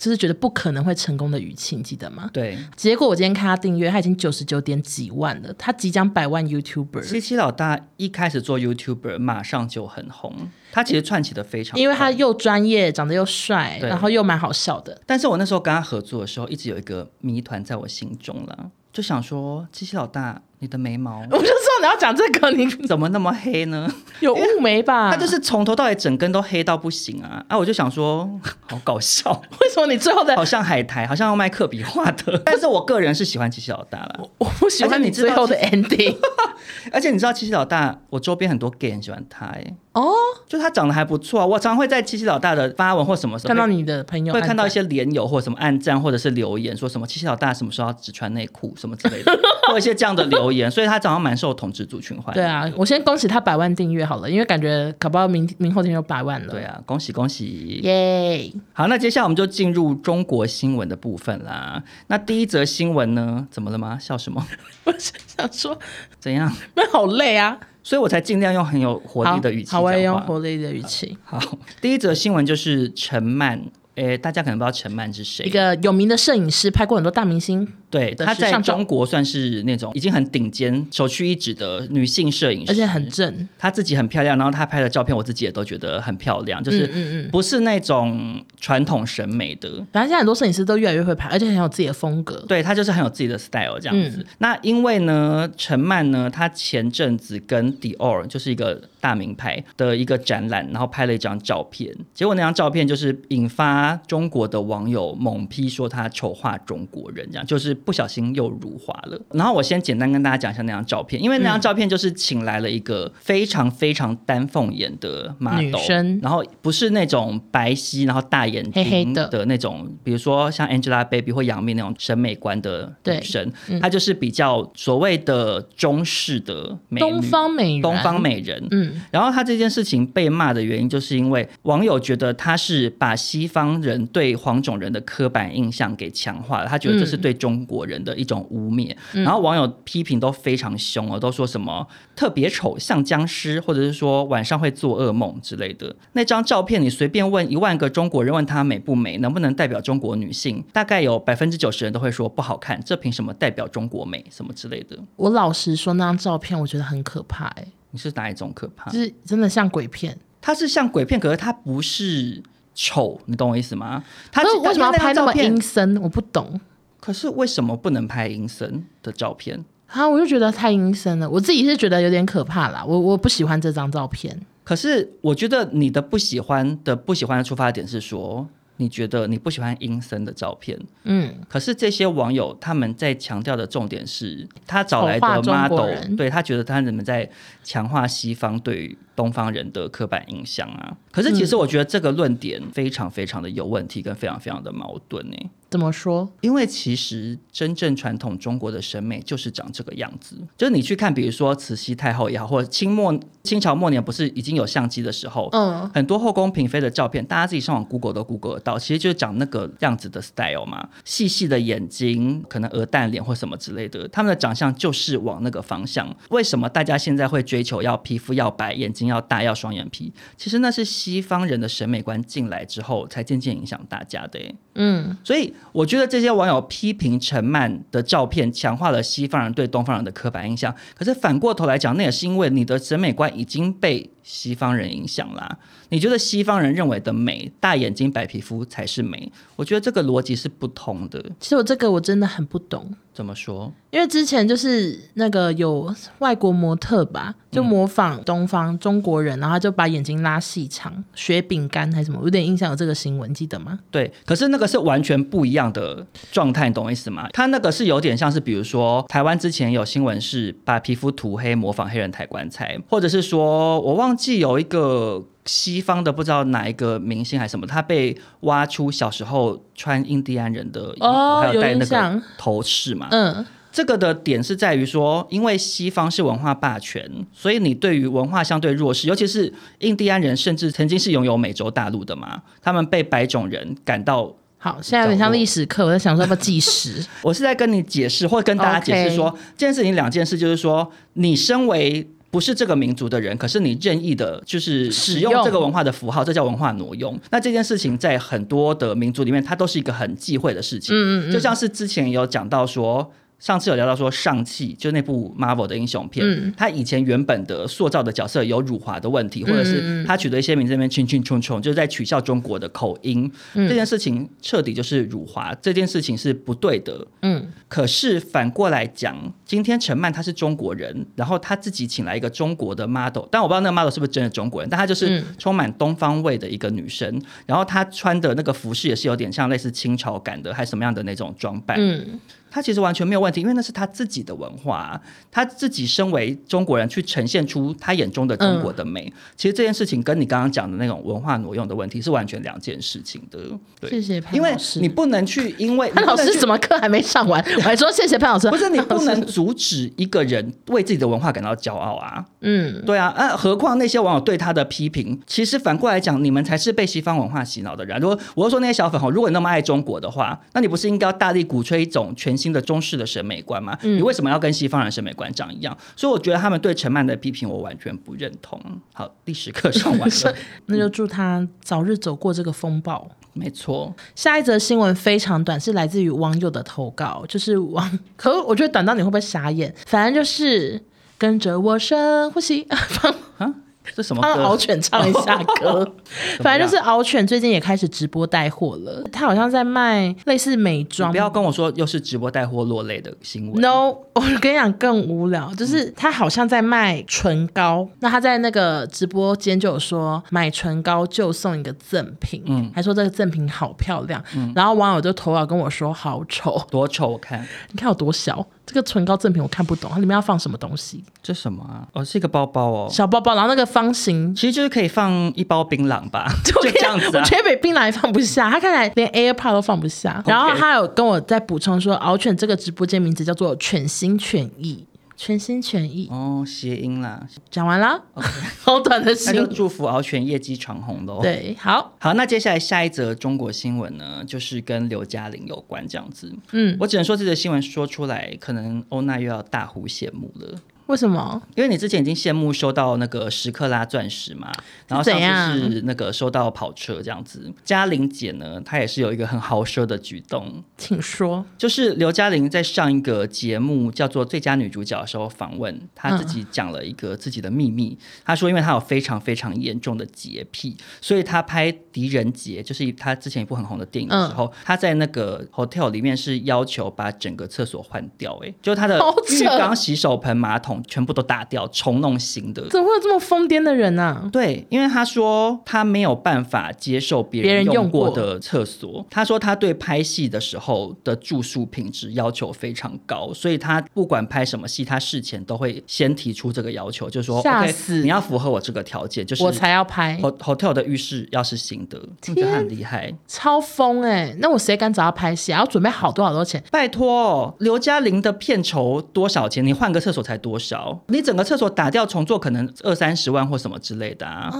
[SPEAKER 4] 就是觉得不可能会成功的语气，你记得吗？
[SPEAKER 3] 对，
[SPEAKER 4] 结果我今天看他订阅，他已经九十九点几万了，他即将百万 YouTuber。
[SPEAKER 3] 七七老大一开始做 YouTuber，马上就很红，他其实串起的非常快，
[SPEAKER 4] 因为他又专业，长得又帅，
[SPEAKER 3] 对
[SPEAKER 4] 然后又蛮好笑的。
[SPEAKER 3] 但是我那时候跟他合作的时候，一直有一个谜团在我心中了，就想说七七老大，你的眉 毛
[SPEAKER 4] 我就知道你要讲这个，你
[SPEAKER 3] 怎么那么黑呢？
[SPEAKER 4] 有雾眉吧？
[SPEAKER 3] 他就是从头到尾整根都黑到不行啊！啊，我就想说， 好搞 笑，
[SPEAKER 4] 为什么你最后的
[SPEAKER 3] 好像海苔，好像要卖克比画 的。但是我个人是喜欢七七老大啦，
[SPEAKER 4] 我不喜
[SPEAKER 3] 而
[SPEAKER 4] 欢
[SPEAKER 3] 且
[SPEAKER 4] 你
[SPEAKER 3] 你知道
[SPEAKER 4] 最后的 ending
[SPEAKER 3] 而且你知道七七老大，我周边很多 gay 很喜欢他、欸，
[SPEAKER 4] 哦，
[SPEAKER 3] 就他长得还不错啊。我常会在七七老大的发文或什么时候
[SPEAKER 4] 看到你的朋友
[SPEAKER 3] 会看到一
[SPEAKER 4] 按
[SPEAKER 3] 些连友或什么暗赞，或者是留言说什么“七七老大什么时候要只穿内裤”什么之类的，或一些这样的留言，所以他早上蛮受统治族群欢
[SPEAKER 4] 赞
[SPEAKER 3] 迎。
[SPEAKER 4] 对啊，我先恭喜他百万订阅好了，因为感觉搞不好明明后天就百万了。
[SPEAKER 3] 对，啊，恭喜恭喜！
[SPEAKER 4] 耶！
[SPEAKER 3] 好，那接下来我们就进入中国新闻的部分啦。那第一则新闻呢？怎么了吗？笑什么？
[SPEAKER 4] 我是想说，
[SPEAKER 3] 怎样？
[SPEAKER 4] 那好累啊，
[SPEAKER 3] 所以我才尽量用很有活力的语气
[SPEAKER 4] 好，好我也
[SPEAKER 3] 讲
[SPEAKER 4] 用
[SPEAKER 3] 话。
[SPEAKER 4] 活力的语气。
[SPEAKER 3] 好，第一则新闻就是陈曼，诶，大家可能不知道陈曼是谁
[SPEAKER 4] 一，个有名的摄影师拍过很多大明星，
[SPEAKER 3] 对，
[SPEAKER 4] 的
[SPEAKER 3] 她
[SPEAKER 4] 时
[SPEAKER 3] 在
[SPEAKER 4] 尚照
[SPEAKER 3] 中国算是那种已经很顶尖、首屈一指的女性摄影师，
[SPEAKER 4] 而且很正。
[SPEAKER 3] 她自己很漂亮，然后她拍的照片我自己也都觉得很漂亮，就
[SPEAKER 4] 嗯
[SPEAKER 3] 是
[SPEAKER 4] 嗯嗯，
[SPEAKER 3] 不是那种传统审美的。
[SPEAKER 4] 反正现在很多摄影师都越来越会拍，而且很有自己的风格。
[SPEAKER 3] 对她就是很有自己的 style 这样子。
[SPEAKER 4] 嗯
[SPEAKER 3] 那因为呢，陈曼呢，她前阵子跟 Dior 就是一个大名牌的一个展览，然后拍了一张照片，结果那张照片就是引发中国的网友猛批说她丑化中国人，这样就是不小心又辱华了。然后我先简单跟大家讲一下那张照片，因为那张照片就是请来了一个非常非常丹凤眼的 model，
[SPEAKER 4] 嗯女生
[SPEAKER 3] 然后不是那种白皙然后大眼睛
[SPEAKER 4] 黑黑的
[SPEAKER 3] 的那种，比如说像 Angelababy 或杨幂那种审美观的
[SPEAKER 4] 对嗯
[SPEAKER 3] 女生，她就是比较所谓的中式的美女，
[SPEAKER 4] 东方美人，
[SPEAKER 3] 东方，美人。
[SPEAKER 4] 嗯，
[SPEAKER 3] 然后她这件事情被骂的原因，就是因为网友觉得她是把西方人对黄种人的刻板印象给强化了，她觉得这是对中国人的一种污蔑。然后网友批评都非常凶哦，都说什么特别丑像僵尸，或者是说晚上会做噩梦之类的。那张照片你随便问一万个中国人，问她美不美，能不能代表中国女性，大概有百分之九十人都会说不好看，这凭什么代表中国美什么之类的？
[SPEAKER 4] 我老实说，那张照片我觉得很可怕、欸，
[SPEAKER 3] 你是哪一种可怕？
[SPEAKER 4] 就是真的像鬼片。
[SPEAKER 3] 它是像鬼片，可是它不是丑，你懂我意思吗？它
[SPEAKER 4] 可是为什么要拍那么？
[SPEAKER 3] 它张
[SPEAKER 4] 阴
[SPEAKER 3] 照片
[SPEAKER 4] 森？我不懂。
[SPEAKER 3] 可是为什么不能拍阴森的照片？
[SPEAKER 4] 啊，我就觉得太阴森了，我自己是觉得有点可怕啦，我我不喜欢这张照片。
[SPEAKER 3] 可是我觉得你的不喜欢的不喜欢的出发点是说，你觉得你不喜欢阴森的照片，
[SPEAKER 4] 嗯，
[SPEAKER 3] 可是这些网友他们在强调的重点是，他找来
[SPEAKER 4] 丑化
[SPEAKER 3] 的
[SPEAKER 4] 中国
[SPEAKER 3] model，
[SPEAKER 4] 人
[SPEAKER 3] 对他觉得他们在强化西方对于东方人的刻板印象啊。可是其实我觉得这个论点非常非常的有问题，跟非常非常的矛盾欸呢、
[SPEAKER 4] 怎么说？
[SPEAKER 3] 因为其实真正传统中国的审美就是长这个样子，就是你去看，比如说慈禧太后也好，或者清末清朝末年不是已经有相机的时候，
[SPEAKER 4] 嗯，
[SPEAKER 3] 很多后宫嫔妃的照片，大家自己上网 Google 都 Google 得到，其实就是长那个样子的 style 嘛，细细的眼睛，可能鹅蛋脸或什么之类的，他们的长相就是往那个方向。为什么大家现在会追求要皮肤要白，眼睛要大，要双眼皮？其实那是西方人的审美观进来之后，才渐渐影响大家的、欸。
[SPEAKER 4] 嗯，
[SPEAKER 3] 所以我觉得这些网友批评陈曼的照片，强化了西方人对东方人的刻板印象。可是反过头来讲，那也是因为你的审美观已经被西方人影响啦。你觉得西方人认为的美，大眼睛白皮肤才是美？我觉得这个逻辑是不通的。
[SPEAKER 4] 其实我这个我真的很不懂，
[SPEAKER 3] 怎么说？
[SPEAKER 4] 因为之前就是那个有外国模特吧，就模仿东方中国人，然后他就把眼睛拉细长，学饼干还是什么，我有点印象有这个新闻，你记得吗？
[SPEAKER 3] 对，可是那个是完全不一样的状态，你懂我意思吗？它那个是有点像是，比如说台湾之前有新闻是把皮肤涂黑模仿黑人抬棺材，或者是说我忘记有一个西方的不知道哪一个明星还是什么，他被挖出小时候穿印第安人的衣服，
[SPEAKER 4] 哦
[SPEAKER 3] 还有戴
[SPEAKER 4] 有印
[SPEAKER 3] 那个
[SPEAKER 4] 象
[SPEAKER 3] 头饰嘛。
[SPEAKER 4] 嗯，
[SPEAKER 3] 这个的点是在于说，因为西方是文化霸权，所以你对于文化相对弱势，尤其是印第安人，甚至曾经是拥有美洲大陆的嘛，他们被白种人赶到
[SPEAKER 4] 好，现在有点像历史课，我在想说要不要计时？
[SPEAKER 3] 我是在跟你解释，或跟大家解释说
[SPEAKER 4] OK
[SPEAKER 3] 这件事情两件事，就是说你身为。不是这个民族的人，可是你任意的，就是使用
[SPEAKER 4] 使用
[SPEAKER 3] 这个文化的符号，这叫文化挪用。那这件事情在很多的民族里面，它都是一个很忌讳的事情。嗯嗯就像是之前有讲到说，上次有聊到说上汽，就那部 Marvel 的英雄片，它以前原本的塑造的角色有辱华的问题，或者是他取的一些名字那边“群群冲冲”，就是在取笑中国的口音。这件事情彻底就是辱华，这件事情是不对的。
[SPEAKER 4] 嗯，
[SPEAKER 3] 可是反过来讲，今天陈曼她是中国人，然后她自己请来一个中国的 model，但我不知道那个 model 是不是真的中国人，但她
[SPEAKER 4] 嗯
[SPEAKER 3] 就是充满东方味的一个女生。然后她穿的那个服饰也是有点像类似清朝感的，还是什么样的那种装扮。
[SPEAKER 4] 嗯，
[SPEAKER 3] 她其实完全没有问题，因为那是她自己的文化啊，她自己身为中国人去呈现出她眼中的中国的美。
[SPEAKER 4] 嗯
[SPEAKER 3] 其实这件事情跟你刚刚讲的那种文化挪用的问题是完全两件事情的。对，
[SPEAKER 4] 谢谢潘
[SPEAKER 3] 因为
[SPEAKER 4] 老师
[SPEAKER 3] 你不能去，因为
[SPEAKER 4] 潘老
[SPEAKER 3] 你不能去
[SPEAKER 4] 师什么课还没上 完？我还说谢谢潘老师，
[SPEAKER 3] 不是你
[SPEAKER 4] 潘
[SPEAKER 3] 不
[SPEAKER 4] 老师
[SPEAKER 3] 能阻止一个人为自己的文化感到骄傲啊！
[SPEAKER 4] 嗯，
[SPEAKER 3] 对啊，啊，何况那些网友对他的批评，其实反过来讲，你们才是被西方文化洗脑的人啊。如果我是说那些小粉红，如果你那么爱中国的话，那你不是应该要大力鼓吹一种全新的中式的审美观吗？
[SPEAKER 4] 嗯
[SPEAKER 3] 你为什么要跟西方人审美观长一样？所以我觉得他们对陈曼的批评，我完全不认同。好，历史课上 完了，
[SPEAKER 4] 那就祝他早日走过这个风暴。
[SPEAKER 3] 没错，
[SPEAKER 4] 下一则新闻非常短，是来自于网友的投稿，就是网， 可我觉得短到你会不会傻眼？反正就是跟着我深呼 吸，帮
[SPEAKER 3] 这什么
[SPEAKER 4] 帮
[SPEAKER 3] 歌啊
[SPEAKER 4] 敖？犬唱一下
[SPEAKER 3] 哦
[SPEAKER 4] 歌。反正就是敖犬最近也开始直播带货了，他好像在卖类似美
[SPEAKER 3] 你
[SPEAKER 4] 妆
[SPEAKER 3] 不。要跟我说又是直播带货落泪的新闻。
[SPEAKER 4] 嗯
[SPEAKER 3] 嗯
[SPEAKER 4] No，我 跟你讲更无聊，就是他好像在卖唇膏，那他在那个直播间就有说买唇膏就送一个赠品，
[SPEAKER 3] 嗯
[SPEAKER 4] 还说这个赠品好漂亮，然后网友就投稿跟我说好丑，
[SPEAKER 3] 多丑，我看
[SPEAKER 4] 你看有多小，这个唇膏赠品我看不懂，它里面要放什么东西？
[SPEAKER 3] 这什么啊？哦，是一个包包哦。
[SPEAKER 4] 小包包，然后那个 方形。
[SPEAKER 3] 其实就是可以放一包槟榔 吧，就这样子
[SPEAKER 4] 我
[SPEAKER 3] 啊。
[SPEAKER 4] 觉得比槟榔还放不下，他看起来连 AirPod 都放不下。然后他有跟我在补充说，敖犬这个直播间名字叫做“全心全意”，全心全意。
[SPEAKER 3] 哦，谐音啦，
[SPEAKER 4] 讲完啦 好短的
[SPEAKER 3] 那就
[SPEAKER 4] 新
[SPEAKER 3] 祝福敖犬业绩长虹喽。。
[SPEAKER 4] 对，好，
[SPEAKER 3] 好，那接下来下一则中国新闻呢，就是跟刘嘉玲有关这样子。
[SPEAKER 4] 嗯，
[SPEAKER 3] 我只能说这则新闻说出来，可能欧娜又要大呼羡慕了，
[SPEAKER 4] 为什么？
[SPEAKER 3] 因为你之前已经羡慕收到那个十克拉钻石嘛，然后上
[SPEAKER 4] 怎样
[SPEAKER 3] 次是那个收到跑车这样子。嘉玲姐呢，她也是有一个很豪奢的举动，
[SPEAKER 4] 请说。
[SPEAKER 3] 就是刘嘉玲在上一个节目叫做《最佳女主角》的时候访问，她自己讲了一个自己的秘密。她说，因为她有非常非常严重的洁癖，所以她拍《狄仁杰》，就是她之前一部很红的电影的时
[SPEAKER 4] 嗯
[SPEAKER 3] 候，她在那个 hotel 里面是要求把整个厕所换掉、欸，哎，就是她的
[SPEAKER 4] 好
[SPEAKER 3] 浴
[SPEAKER 4] 扯
[SPEAKER 3] 缸、洗手盆、马桶全部都打掉，重弄新的。
[SPEAKER 4] 怎么会有这么疯癫的人啊？
[SPEAKER 3] 对，因为他说他没有办法接受别
[SPEAKER 4] 别
[SPEAKER 3] 人
[SPEAKER 4] 人
[SPEAKER 3] 用
[SPEAKER 4] 用
[SPEAKER 3] 过
[SPEAKER 4] 过
[SPEAKER 3] 的厕所。他说他对拍戏的时候的住宿品质要求非常高，所以他不管拍什么戏，他事前都会先提出这个要求，就说
[SPEAKER 4] 吓
[SPEAKER 3] OK，
[SPEAKER 4] 死
[SPEAKER 3] 你要符合我这个条件，就是
[SPEAKER 4] 我才要拍，
[SPEAKER 3] ho- hotel 的浴室要是新的，你觉得他很厉害。
[SPEAKER 4] 超疯哎、那我谁敢找他拍戏、啊？要准备好多好多 钱？
[SPEAKER 3] 拜托，哦刘嘉玲的片酬多少钱？你换个厕所才多少？你整个厕所打掉重做，可能二三十万或什么之类的啊。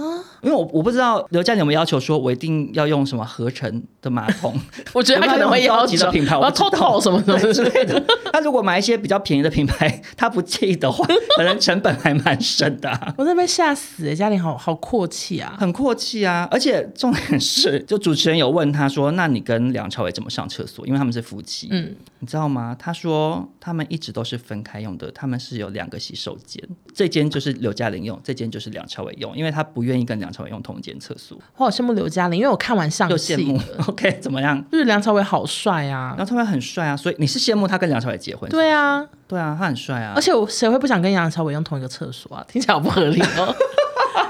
[SPEAKER 3] 因为我我不知道刘佳你有没有要求说，我一定要用什么合成的马桶，
[SPEAKER 4] 我觉得他可能会
[SPEAKER 3] 要
[SPEAKER 4] 要
[SPEAKER 3] 求
[SPEAKER 4] 求
[SPEAKER 3] 的品牌，
[SPEAKER 4] 我
[SPEAKER 3] 我
[SPEAKER 4] 要
[SPEAKER 3] 不知道
[SPEAKER 4] 偷偷什么什 么之类的。
[SPEAKER 3] 他如果买一些比较便宜的品牌，他不介意的话，可能成本还蛮省的啊、
[SPEAKER 4] 我在被吓死、欸，嘉玲好好阔气啊！
[SPEAKER 3] 很阔气啊！而且重点是，就主持人有问他说：“那你跟梁朝伟怎么上厕所？因为他们是夫妻，
[SPEAKER 4] 嗯，
[SPEAKER 3] 你知道吗？”他说他们一直都是分开用的，他们是有两个洗手间，这间就是刘嘉玲用，这间就是梁朝伟用，因为他不愿意跟梁朝伟用同间厕所，
[SPEAKER 4] 我好羡慕刘嘉玲，因为我看完上
[SPEAKER 3] 又
[SPEAKER 4] 戏
[SPEAKER 3] 羡慕
[SPEAKER 4] 了。。
[SPEAKER 3] OK，怎么样？
[SPEAKER 4] 就是梁朝伟好帅啊！
[SPEAKER 3] 梁朝伟很帅啊，所以你是羡慕他跟梁朝伟结婚？
[SPEAKER 4] 对啊，
[SPEAKER 3] 对啊，他很帅啊
[SPEAKER 4] 而。且我谁会不想跟梁朝伟用同一个厕所啊？ 听起来好不合理 哦。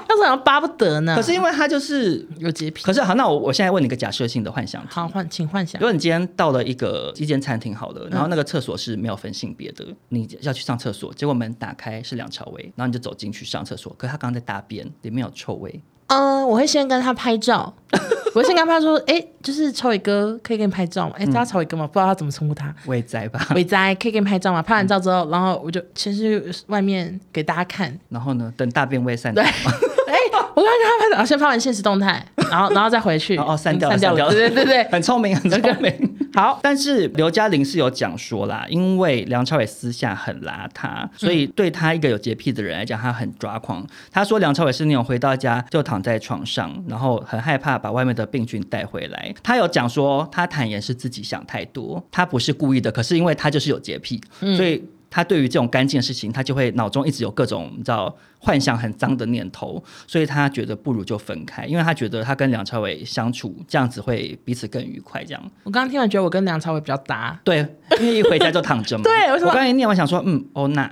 [SPEAKER 4] 要是好像巴不得呢。
[SPEAKER 3] 可是因为他就是，
[SPEAKER 4] 有洁癖。
[SPEAKER 3] 可是好，那我我现在问你一个假设性的幻想题。
[SPEAKER 4] 嗯好幻，请幻想
[SPEAKER 3] 如。果你今天到了一个一间餐厅好了，然后那个厕所是没有分性别的，你要去上厕所，结果门打开是梁朝伟，然后你就走进去上厕所，可是他刚刚在大便，里面有臭味，
[SPEAKER 4] 嗯，我会先跟他拍 照，我会先跟他说，哎、就是朝伟哥，可以给你拍照吗？哎、知道朝伟哥吗？不知道他怎么称呼 他。
[SPEAKER 3] 味在吧？
[SPEAKER 4] 伟仔，可以给你拍照吗？拍完照之后，然后我就先去外面给大家 看。
[SPEAKER 3] 然后呢，等大便味散
[SPEAKER 4] 对，哎、我刚刚跟他拍照，先拍完现实动态， 然后然后再回去，
[SPEAKER 3] 然后删掉了，
[SPEAKER 4] 哦删掉了，对对对对。
[SPEAKER 3] 很聪明，很聪明。
[SPEAKER 4] 好，
[SPEAKER 3] 但是刘嘉玲是有讲说啦，因为梁朝伟私下很邋遢，所以对他一个有洁癖的人来讲，他很抓狂。他说梁朝伟是那种回到家就躺在床上，然后很害怕把外面的病菌带回来。他有讲说，他坦言是自己想太多，他不是故意的，可是因为他就是有洁癖，所以。他对于这种干净的事情，他就会脑中一直有各种你知道幻想很脏的念头，所以他觉得不如就分开，因为他觉得他跟梁朝伟相处这样子会彼此更愉快，这样。
[SPEAKER 4] 我刚刚听完觉得我跟梁朝伟比较 搭，
[SPEAKER 3] 对，因为一回家就躺着嘛。
[SPEAKER 4] 对为什么
[SPEAKER 3] 我刚才念完想说，嗯，哦 那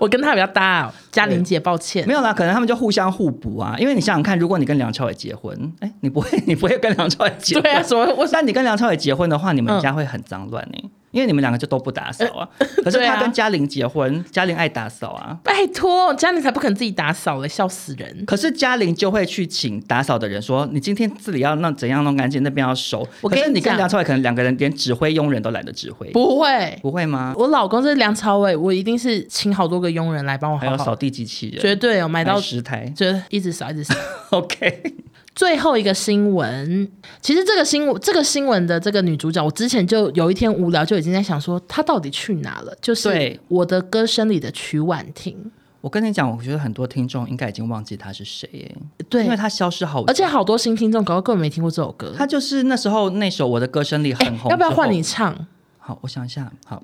[SPEAKER 4] 我跟他比较搭、哦。嘉玲姐，抱歉
[SPEAKER 3] 没，有啦，可能他们就互相互补啊。因为你想想看，如果你跟梁朝伟结婚，哎，你不会，你不会跟梁朝伟结婚。
[SPEAKER 4] 对啊，什嗯么我
[SPEAKER 3] 但你跟梁朝伟结婚的话，你们家会很脏乱呢、欸因为你们两个就都不打扫啊。可是
[SPEAKER 4] 对
[SPEAKER 3] 他
[SPEAKER 4] 啊
[SPEAKER 3] 跟嘉玲结婚，嘉玲爱打扫啊。
[SPEAKER 4] 拜托，嘉玲才不肯自己打扫嘞，笑死人。
[SPEAKER 3] 可是嘉玲就会去请打扫的人说：“你今天这里要弄怎样弄干净，那边要收。”
[SPEAKER 4] 我
[SPEAKER 3] 可
[SPEAKER 4] 跟
[SPEAKER 3] 是你
[SPEAKER 4] 你
[SPEAKER 3] 跟
[SPEAKER 4] 讲
[SPEAKER 3] 梁朝伟可能两个人连指挥佣人都懒得指挥，
[SPEAKER 4] 不会，
[SPEAKER 3] 不会吗？
[SPEAKER 4] 我老公是梁朝伟，我一定是请好多个佣人来帮我
[SPEAKER 3] 还
[SPEAKER 4] 好
[SPEAKER 3] 有
[SPEAKER 4] 好，
[SPEAKER 3] 扫地机器人，
[SPEAKER 4] 绝对哦有买到
[SPEAKER 3] 买，十台。
[SPEAKER 4] 就一直扫一直扫。
[SPEAKER 3] OK，
[SPEAKER 4] 最后一个新闻，其实这个新闻这个新闻的这个女主角，我之前就有一天无聊就已经在想说，她到底去哪了？就是
[SPEAKER 3] 对
[SPEAKER 4] 《我的歌声》里的曲婉婷，
[SPEAKER 3] 我跟你讲，我觉得很多听众应该已经忘记他是谁耶，
[SPEAKER 4] 对
[SPEAKER 3] 因为，他消失好久，
[SPEAKER 4] 而且好多新听众搞到根本没听过这首歌。哎
[SPEAKER 3] 他就是那时候那首《我的歌声》里很红、
[SPEAKER 4] 要不要换你？唱？
[SPEAKER 3] 好，我想一下，好，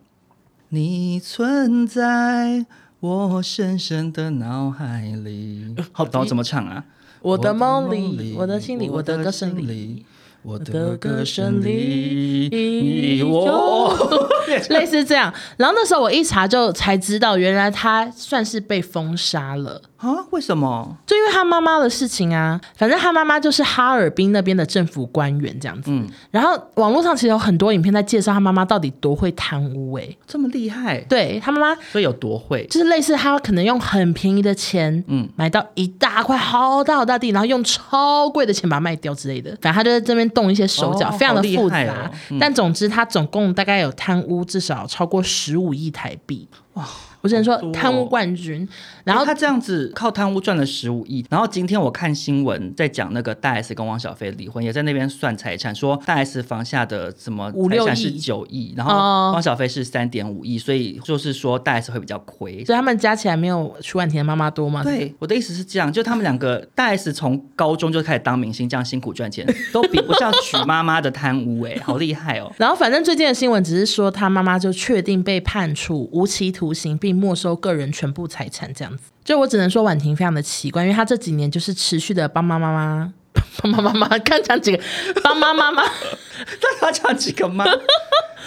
[SPEAKER 3] 你存在我深深的脑海里，好，懂怎么唱啊？
[SPEAKER 4] 我的梦里，我的心里，我的歌声里。，
[SPEAKER 3] 我
[SPEAKER 4] 的歌声里
[SPEAKER 3] 你我
[SPEAKER 4] 类似这样。然后那时候我一查就才知道，原来他算是被封杀了。
[SPEAKER 3] 啊？为什么？
[SPEAKER 4] 就因为他妈妈的事情啊，反正他妈妈就是哈尔滨那边的政府官员这样子。
[SPEAKER 3] 嗯
[SPEAKER 4] 然后网络上其实有很多影片在介绍他妈妈到底多会贪污诶、
[SPEAKER 3] 这么厉害？
[SPEAKER 4] 对他妈妈
[SPEAKER 3] 所以有多会？
[SPEAKER 4] 就是类似他可能用很便宜的钱，
[SPEAKER 3] 嗯
[SPEAKER 4] 嗯，买到一大块好大好大地，然后用超贵的钱把它卖掉之类的。反正他就在这边动一些手脚，
[SPEAKER 3] 哦
[SPEAKER 4] 非常的复
[SPEAKER 3] 好厉害
[SPEAKER 4] 杂。
[SPEAKER 3] 哦嗯
[SPEAKER 4] 但总之，他总共大概有贪污至少超过十五亿台币。哇！我只能说
[SPEAKER 3] 好多哦
[SPEAKER 4] 贪污冠军，然
[SPEAKER 3] 然后
[SPEAKER 4] 后
[SPEAKER 3] 他这样子靠贪污赚了十五亿，然后今天我看新闻在讲那个大 S 跟汪小菲离婚，也在那边算财产，说大 S 房下的什么
[SPEAKER 4] 五六
[SPEAKER 3] 财产是
[SPEAKER 4] 亿
[SPEAKER 3] 九亿，然后
[SPEAKER 4] 哦
[SPEAKER 3] 汪小菲是三点五亿，所以就是说大 S 会比较亏。
[SPEAKER 4] 所以他们加起来没有徐婉婷的妈妈多嘛？
[SPEAKER 3] 对，我的意思是这样，就他们两个大 S 从高中就开始当明星，这样辛苦赚钱，都比不上许妈妈的贪污、哎，好厉害 哦！
[SPEAKER 4] 然后，反正最近的新闻只是说，他妈妈就确定被判处无期徒刑，并没收个人全部财产，这样子。就我只能说，婉婷非常的奇怪，因为她这几年就是持续的帮妈妈妈。帮妈妈妈，看讲几个，帮妈妈妈，
[SPEAKER 3] 那要讲几个 妈，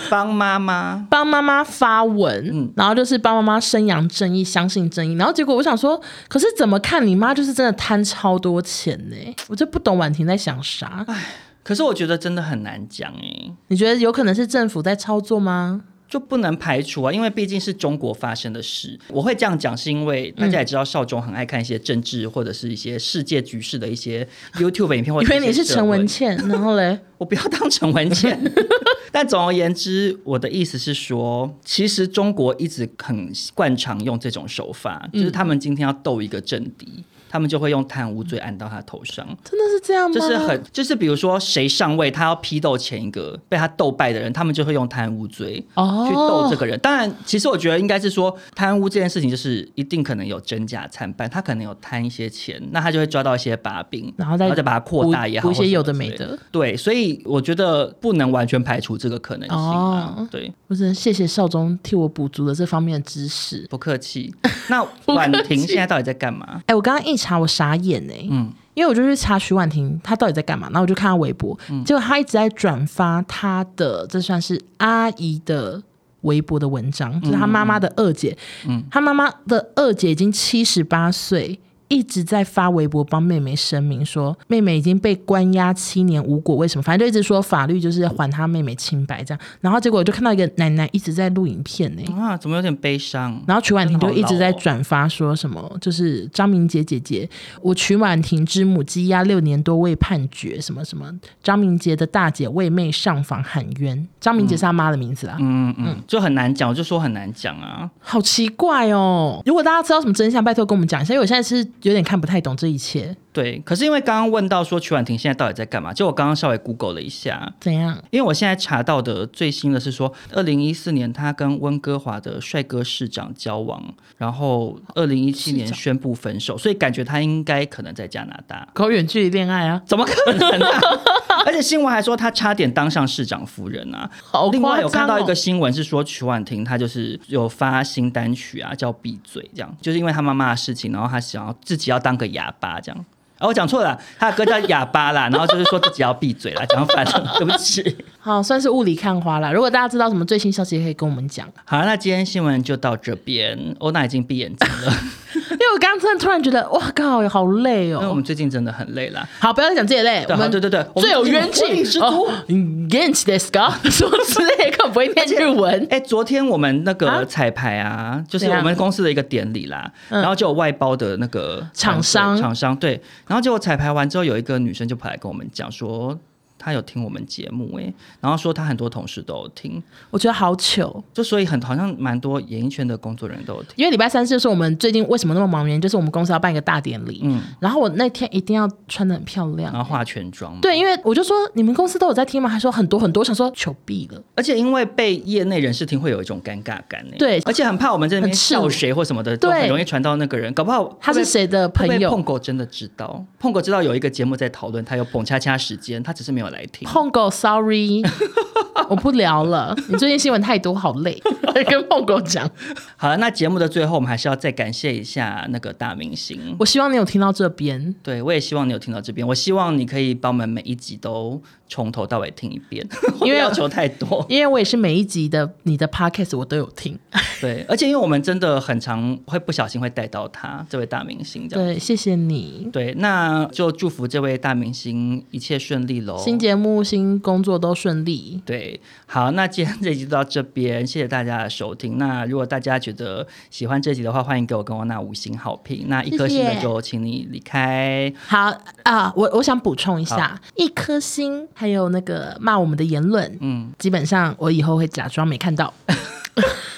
[SPEAKER 3] 帮妈妈，
[SPEAKER 4] 帮妈妈发文，
[SPEAKER 3] 嗯
[SPEAKER 4] 然后就是帮妈妈宣扬正义，相信正义。然后结果我想说，可是怎么看你妈就是真的贪超多钱呢、我就不懂婉婷在想啥。
[SPEAKER 3] 可是我觉得真的很难讲哎、
[SPEAKER 4] 你觉得有可能是政府在操作吗？
[SPEAKER 3] 就不能排除啊，因为毕竟是中国发生的事。我会这样讲，是因为大家也知道，少中很爱看一些政治或者是一些世界局势的一些 YouTube 影片，或
[SPEAKER 4] 以
[SPEAKER 3] 者
[SPEAKER 4] 为你是
[SPEAKER 3] 一些社
[SPEAKER 4] 陈文
[SPEAKER 3] 论，
[SPEAKER 4] 茜，然后嘞，
[SPEAKER 3] 我不要当陈文茜。 但总而言之，我的意思是说，其实
[SPEAKER 4] 嗯
[SPEAKER 3] 中国一直很惯常用这种手法，就是他们今天要斗一个政敌，他们就会用贪污罪按到他头上。
[SPEAKER 4] 真的是这样吗？
[SPEAKER 3] 就是很，就是比如说谁上位，他要批斗前一个被他斗败的人，他们就会用贪污罪
[SPEAKER 4] 哦
[SPEAKER 3] 去斗这个人。当然，其实我觉得应该是说贪污这件事情，就是一定可能有真假参半，他可能有贪一些钱，那他就会抓到一些把柄，
[SPEAKER 4] 然后再
[SPEAKER 3] 再把它扩大
[SPEAKER 4] 补
[SPEAKER 3] 也好，
[SPEAKER 4] 补一些
[SPEAKER 3] 或什么
[SPEAKER 4] 有的没
[SPEAKER 3] 之类
[SPEAKER 4] 的。
[SPEAKER 3] 对，所以我觉得不能完全排除这个可能性啊。
[SPEAKER 4] 哦
[SPEAKER 3] 对，
[SPEAKER 4] 我只能谢谢少宗替我补足了这方面的知识。
[SPEAKER 3] 不客气。那婉婷现在到底在干 嘛？
[SPEAKER 4] 哎、我刚刚一查，我傻眼哎、
[SPEAKER 3] 嗯，
[SPEAKER 4] 因为我就去查徐婉婷她到底在干嘛，然后我就看她微博，结果她一直在转发她的这算是阿姨的微博的文章，就是她妈妈的二姐，嗯，她妈妈的二姐已经七十八岁。一直在发微博帮妹妹声明说，妹妹已经被关押七年无果，为什么？反正就一直说法律就是要还她妹妹清白这样。然后结果我就看到一个奶奶一直在录影片呢、
[SPEAKER 3] 啊，怎么有点悲伤？
[SPEAKER 4] 然后曲婉婷就一直
[SPEAKER 3] 真的好
[SPEAKER 4] 在
[SPEAKER 3] 老哦
[SPEAKER 4] 转发说什么，就是张明杰姐姐，我曲婉婷之母羁押六年多未判决，什么什么，张明杰的大姐为妹上访喊冤，张明杰是他妈的名字啊，
[SPEAKER 3] 嗯嗯，就很难讲，我就说很难讲啊。
[SPEAKER 4] 好奇怪哦！如果大家知道什么真相，拜托跟我们讲一下，因为我现在是有点看不太懂这一切，
[SPEAKER 3] 对，可是因为刚刚问到说曲婉婷现在到底在干嘛，就我刚刚稍微 Google 了一下，
[SPEAKER 4] 怎样？
[SPEAKER 3] 因为我现在查到的最新的是说，二零一四年她跟温哥华的帅哥市长交往，然后二零一七年宣布分手，所以感觉她应该可能在加拿大。
[SPEAKER 4] 搞远距离恋爱啊，
[SPEAKER 3] 怎么可能 啊？而且新闻还说她差点当上市长夫人啊！
[SPEAKER 4] 好
[SPEAKER 3] 另
[SPEAKER 4] 夸
[SPEAKER 3] 外有看
[SPEAKER 4] 张
[SPEAKER 3] 到一个
[SPEAKER 4] 哦！
[SPEAKER 3] 新闻是说曲婉婷她就是有发新单曲啊，叫《闭嘴》这样，就是因为她妈妈的事情，然后她想要自己要当个哑巴这样。啊，我讲错了，她的歌叫《哑巴》啦，然后就是说自己要闭嘴啦，讲反了，对不起。
[SPEAKER 4] 好，算是雾里看花啦。如果大家知道什么最新消息，也可以跟我们讲。
[SPEAKER 3] 好，那今天新闻就到这边。欧娜已经闭眼睛了，
[SPEAKER 4] 因为我刚刚真的突然觉得，哇靠，好累
[SPEAKER 3] 因为我
[SPEAKER 4] 哦。
[SPEAKER 3] 们最近真的很累啦。
[SPEAKER 4] 好，不要再讲这一类，
[SPEAKER 3] 嗯对，好
[SPEAKER 4] 我们
[SPEAKER 3] 对对对，我们
[SPEAKER 4] 最有
[SPEAKER 3] 我
[SPEAKER 4] 冤
[SPEAKER 3] 们
[SPEAKER 4] 气
[SPEAKER 3] 是
[SPEAKER 4] 哦，元气的 scar 说之类，根本不会念日 文。
[SPEAKER 3] 哎、昨天我们那
[SPEAKER 4] 啊
[SPEAKER 3] 个彩排啊，就是
[SPEAKER 4] 怎样
[SPEAKER 3] 我们公司的一个典礼啦，
[SPEAKER 4] 嗯
[SPEAKER 3] 然后就有外包的那个
[SPEAKER 4] 厂商
[SPEAKER 3] 厂商对，然后结果彩排完之后，有一个女生就跑来跟我们讲说，她有听我们节目哎、然后说她很多同事都有听，
[SPEAKER 4] 我觉得好糗，
[SPEAKER 3] 就所以很好像蛮多演艺圈的工作人员都有听，
[SPEAKER 4] 因为礼拜三就是我们最近为什么那么忙，原因就是我们公司要办一个大典礼，
[SPEAKER 3] 嗯，
[SPEAKER 4] 然后我那天一定要穿的很漂亮
[SPEAKER 3] 然。后化全妆嘛，
[SPEAKER 4] 对，因为我就说你们公司都有在听吗？还说很多很多，我想说糗毙了。
[SPEAKER 3] 而且因为被业内人士听会有一种尴尬感哎、
[SPEAKER 4] 对
[SPEAKER 3] 而且很怕我们在那
[SPEAKER 4] 很
[SPEAKER 3] 边
[SPEAKER 4] 赤裸
[SPEAKER 3] 笑谁或什么的，都
[SPEAKER 4] 对
[SPEAKER 3] 很容易传到那个人，搞不好
[SPEAKER 4] 他是
[SPEAKER 3] 会被
[SPEAKER 4] 谁的朋
[SPEAKER 3] 会不会
[SPEAKER 4] 友
[SPEAKER 3] 碰？狗真的知道，碰狗知道有一个节目在讨论，他有捧恰恰时间，他只是没有来听。
[SPEAKER 4] 碰狗，sorry，我不聊了。你最近新闻太多，好 累，跟碰狗讲。
[SPEAKER 3] 好了，那节目的最后，我们还是要再感谢一下那个大明星。
[SPEAKER 4] 我希望你有听到这边。
[SPEAKER 3] 对，我也希望你有听到这边，我希望你可以帮我们每一集都从头到尾听一 遍，
[SPEAKER 4] 因为
[SPEAKER 3] 我要求太多。
[SPEAKER 4] 因为我也是每一集的你的 podcast 我都有听，
[SPEAKER 3] 对，而且因为我们真的很常会不小心会带到他这位大明星这样。
[SPEAKER 4] 对，谢谢你。
[SPEAKER 3] 对，那就祝福这位大明星一切顺利喽。
[SPEAKER 4] 新节目、新工作都顺利。
[SPEAKER 3] 对，好，那今天这集就到这边，谢谢大家的收听。那如果大家觉得喜欢这集的话，欢迎给我跟我那五星好评。那一颗星
[SPEAKER 4] 谢谢
[SPEAKER 3] 的就请你离开。
[SPEAKER 4] 好啊、我我想补充一下，一颗星还有那个骂我们的言论，
[SPEAKER 3] 嗯，
[SPEAKER 4] 基本上我以后会假装没 看到。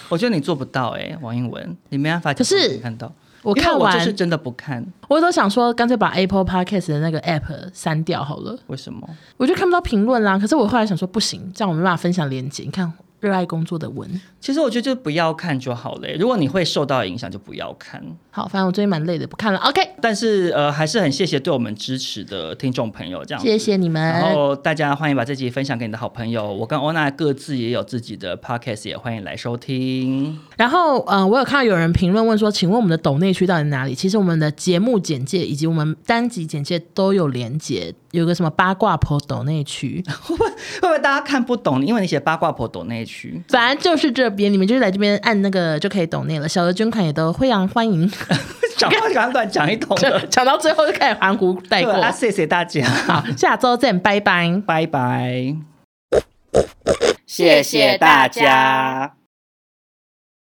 [SPEAKER 3] 我觉得你做不到哎、王英文，你没办法。
[SPEAKER 4] 可是
[SPEAKER 3] 看到，
[SPEAKER 4] 我
[SPEAKER 3] 因为
[SPEAKER 4] 看完，
[SPEAKER 3] 我
[SPEAKER 4] 我
[SPEAKER 3] 就是真的不看，
[SPEAKER 4] 都想说，干脆把 Apple Podcast 的那个 App 删掉好了，
[SPEAKER 3] 为什么？
[SPEAKER 4] 我就看不到评论啦。可是我后来想说，不行，这样我没办法分享链接。你看，热爱工作的文。
[SPEAKER 3] 其实我觉得就不要看就好了欸、如果你会受到影响，就不要看。
[SPEAKER 4] 好，反正我最近蛮累的，不看了。OK，
[SPEAKER 3] 但是呃，还是很谢谢对我们支持的听众朋友，这样子
[SPEAKER 4] 谢谢你们。
[SPEAKER 3] 然后大家欢迎把这集分享给你的好朋友。我跟欧娜各自也有自己的 podcast，也欢迎来收听。
[SPEAKER 4] 然后，呃，我有看到有人评论问说，请问我们的抖内区到底哪里？其实我们的节目简介以及我们单集简介都有连接，有个什么八卦婆抖内 区，
[SPEAKER 3] 会不会大家看不懂？因为你写八卦婆懂那一区。
[SPEAKER 4] 反正就是这边，你们就是来这边按那个就可以抖内了。小额捐款也都非常欢迎。
[SPEAKER 3] 讲话赶快讲一通
[SPEAKER 4] 就
[SPEAKER 3] 了。
[SPEAKER 4] 讲到最后就开始含糊带
[SPEAKER 3] 对
[SPEAKER 4] 过。
[SPEAKER 3] 啊，谢谢大家，
[SPEAKER 4] 好，下周见， 拜拜。
[SPEAKER 3] 拜拜，
[SPEAKER 1] 谢谢大家。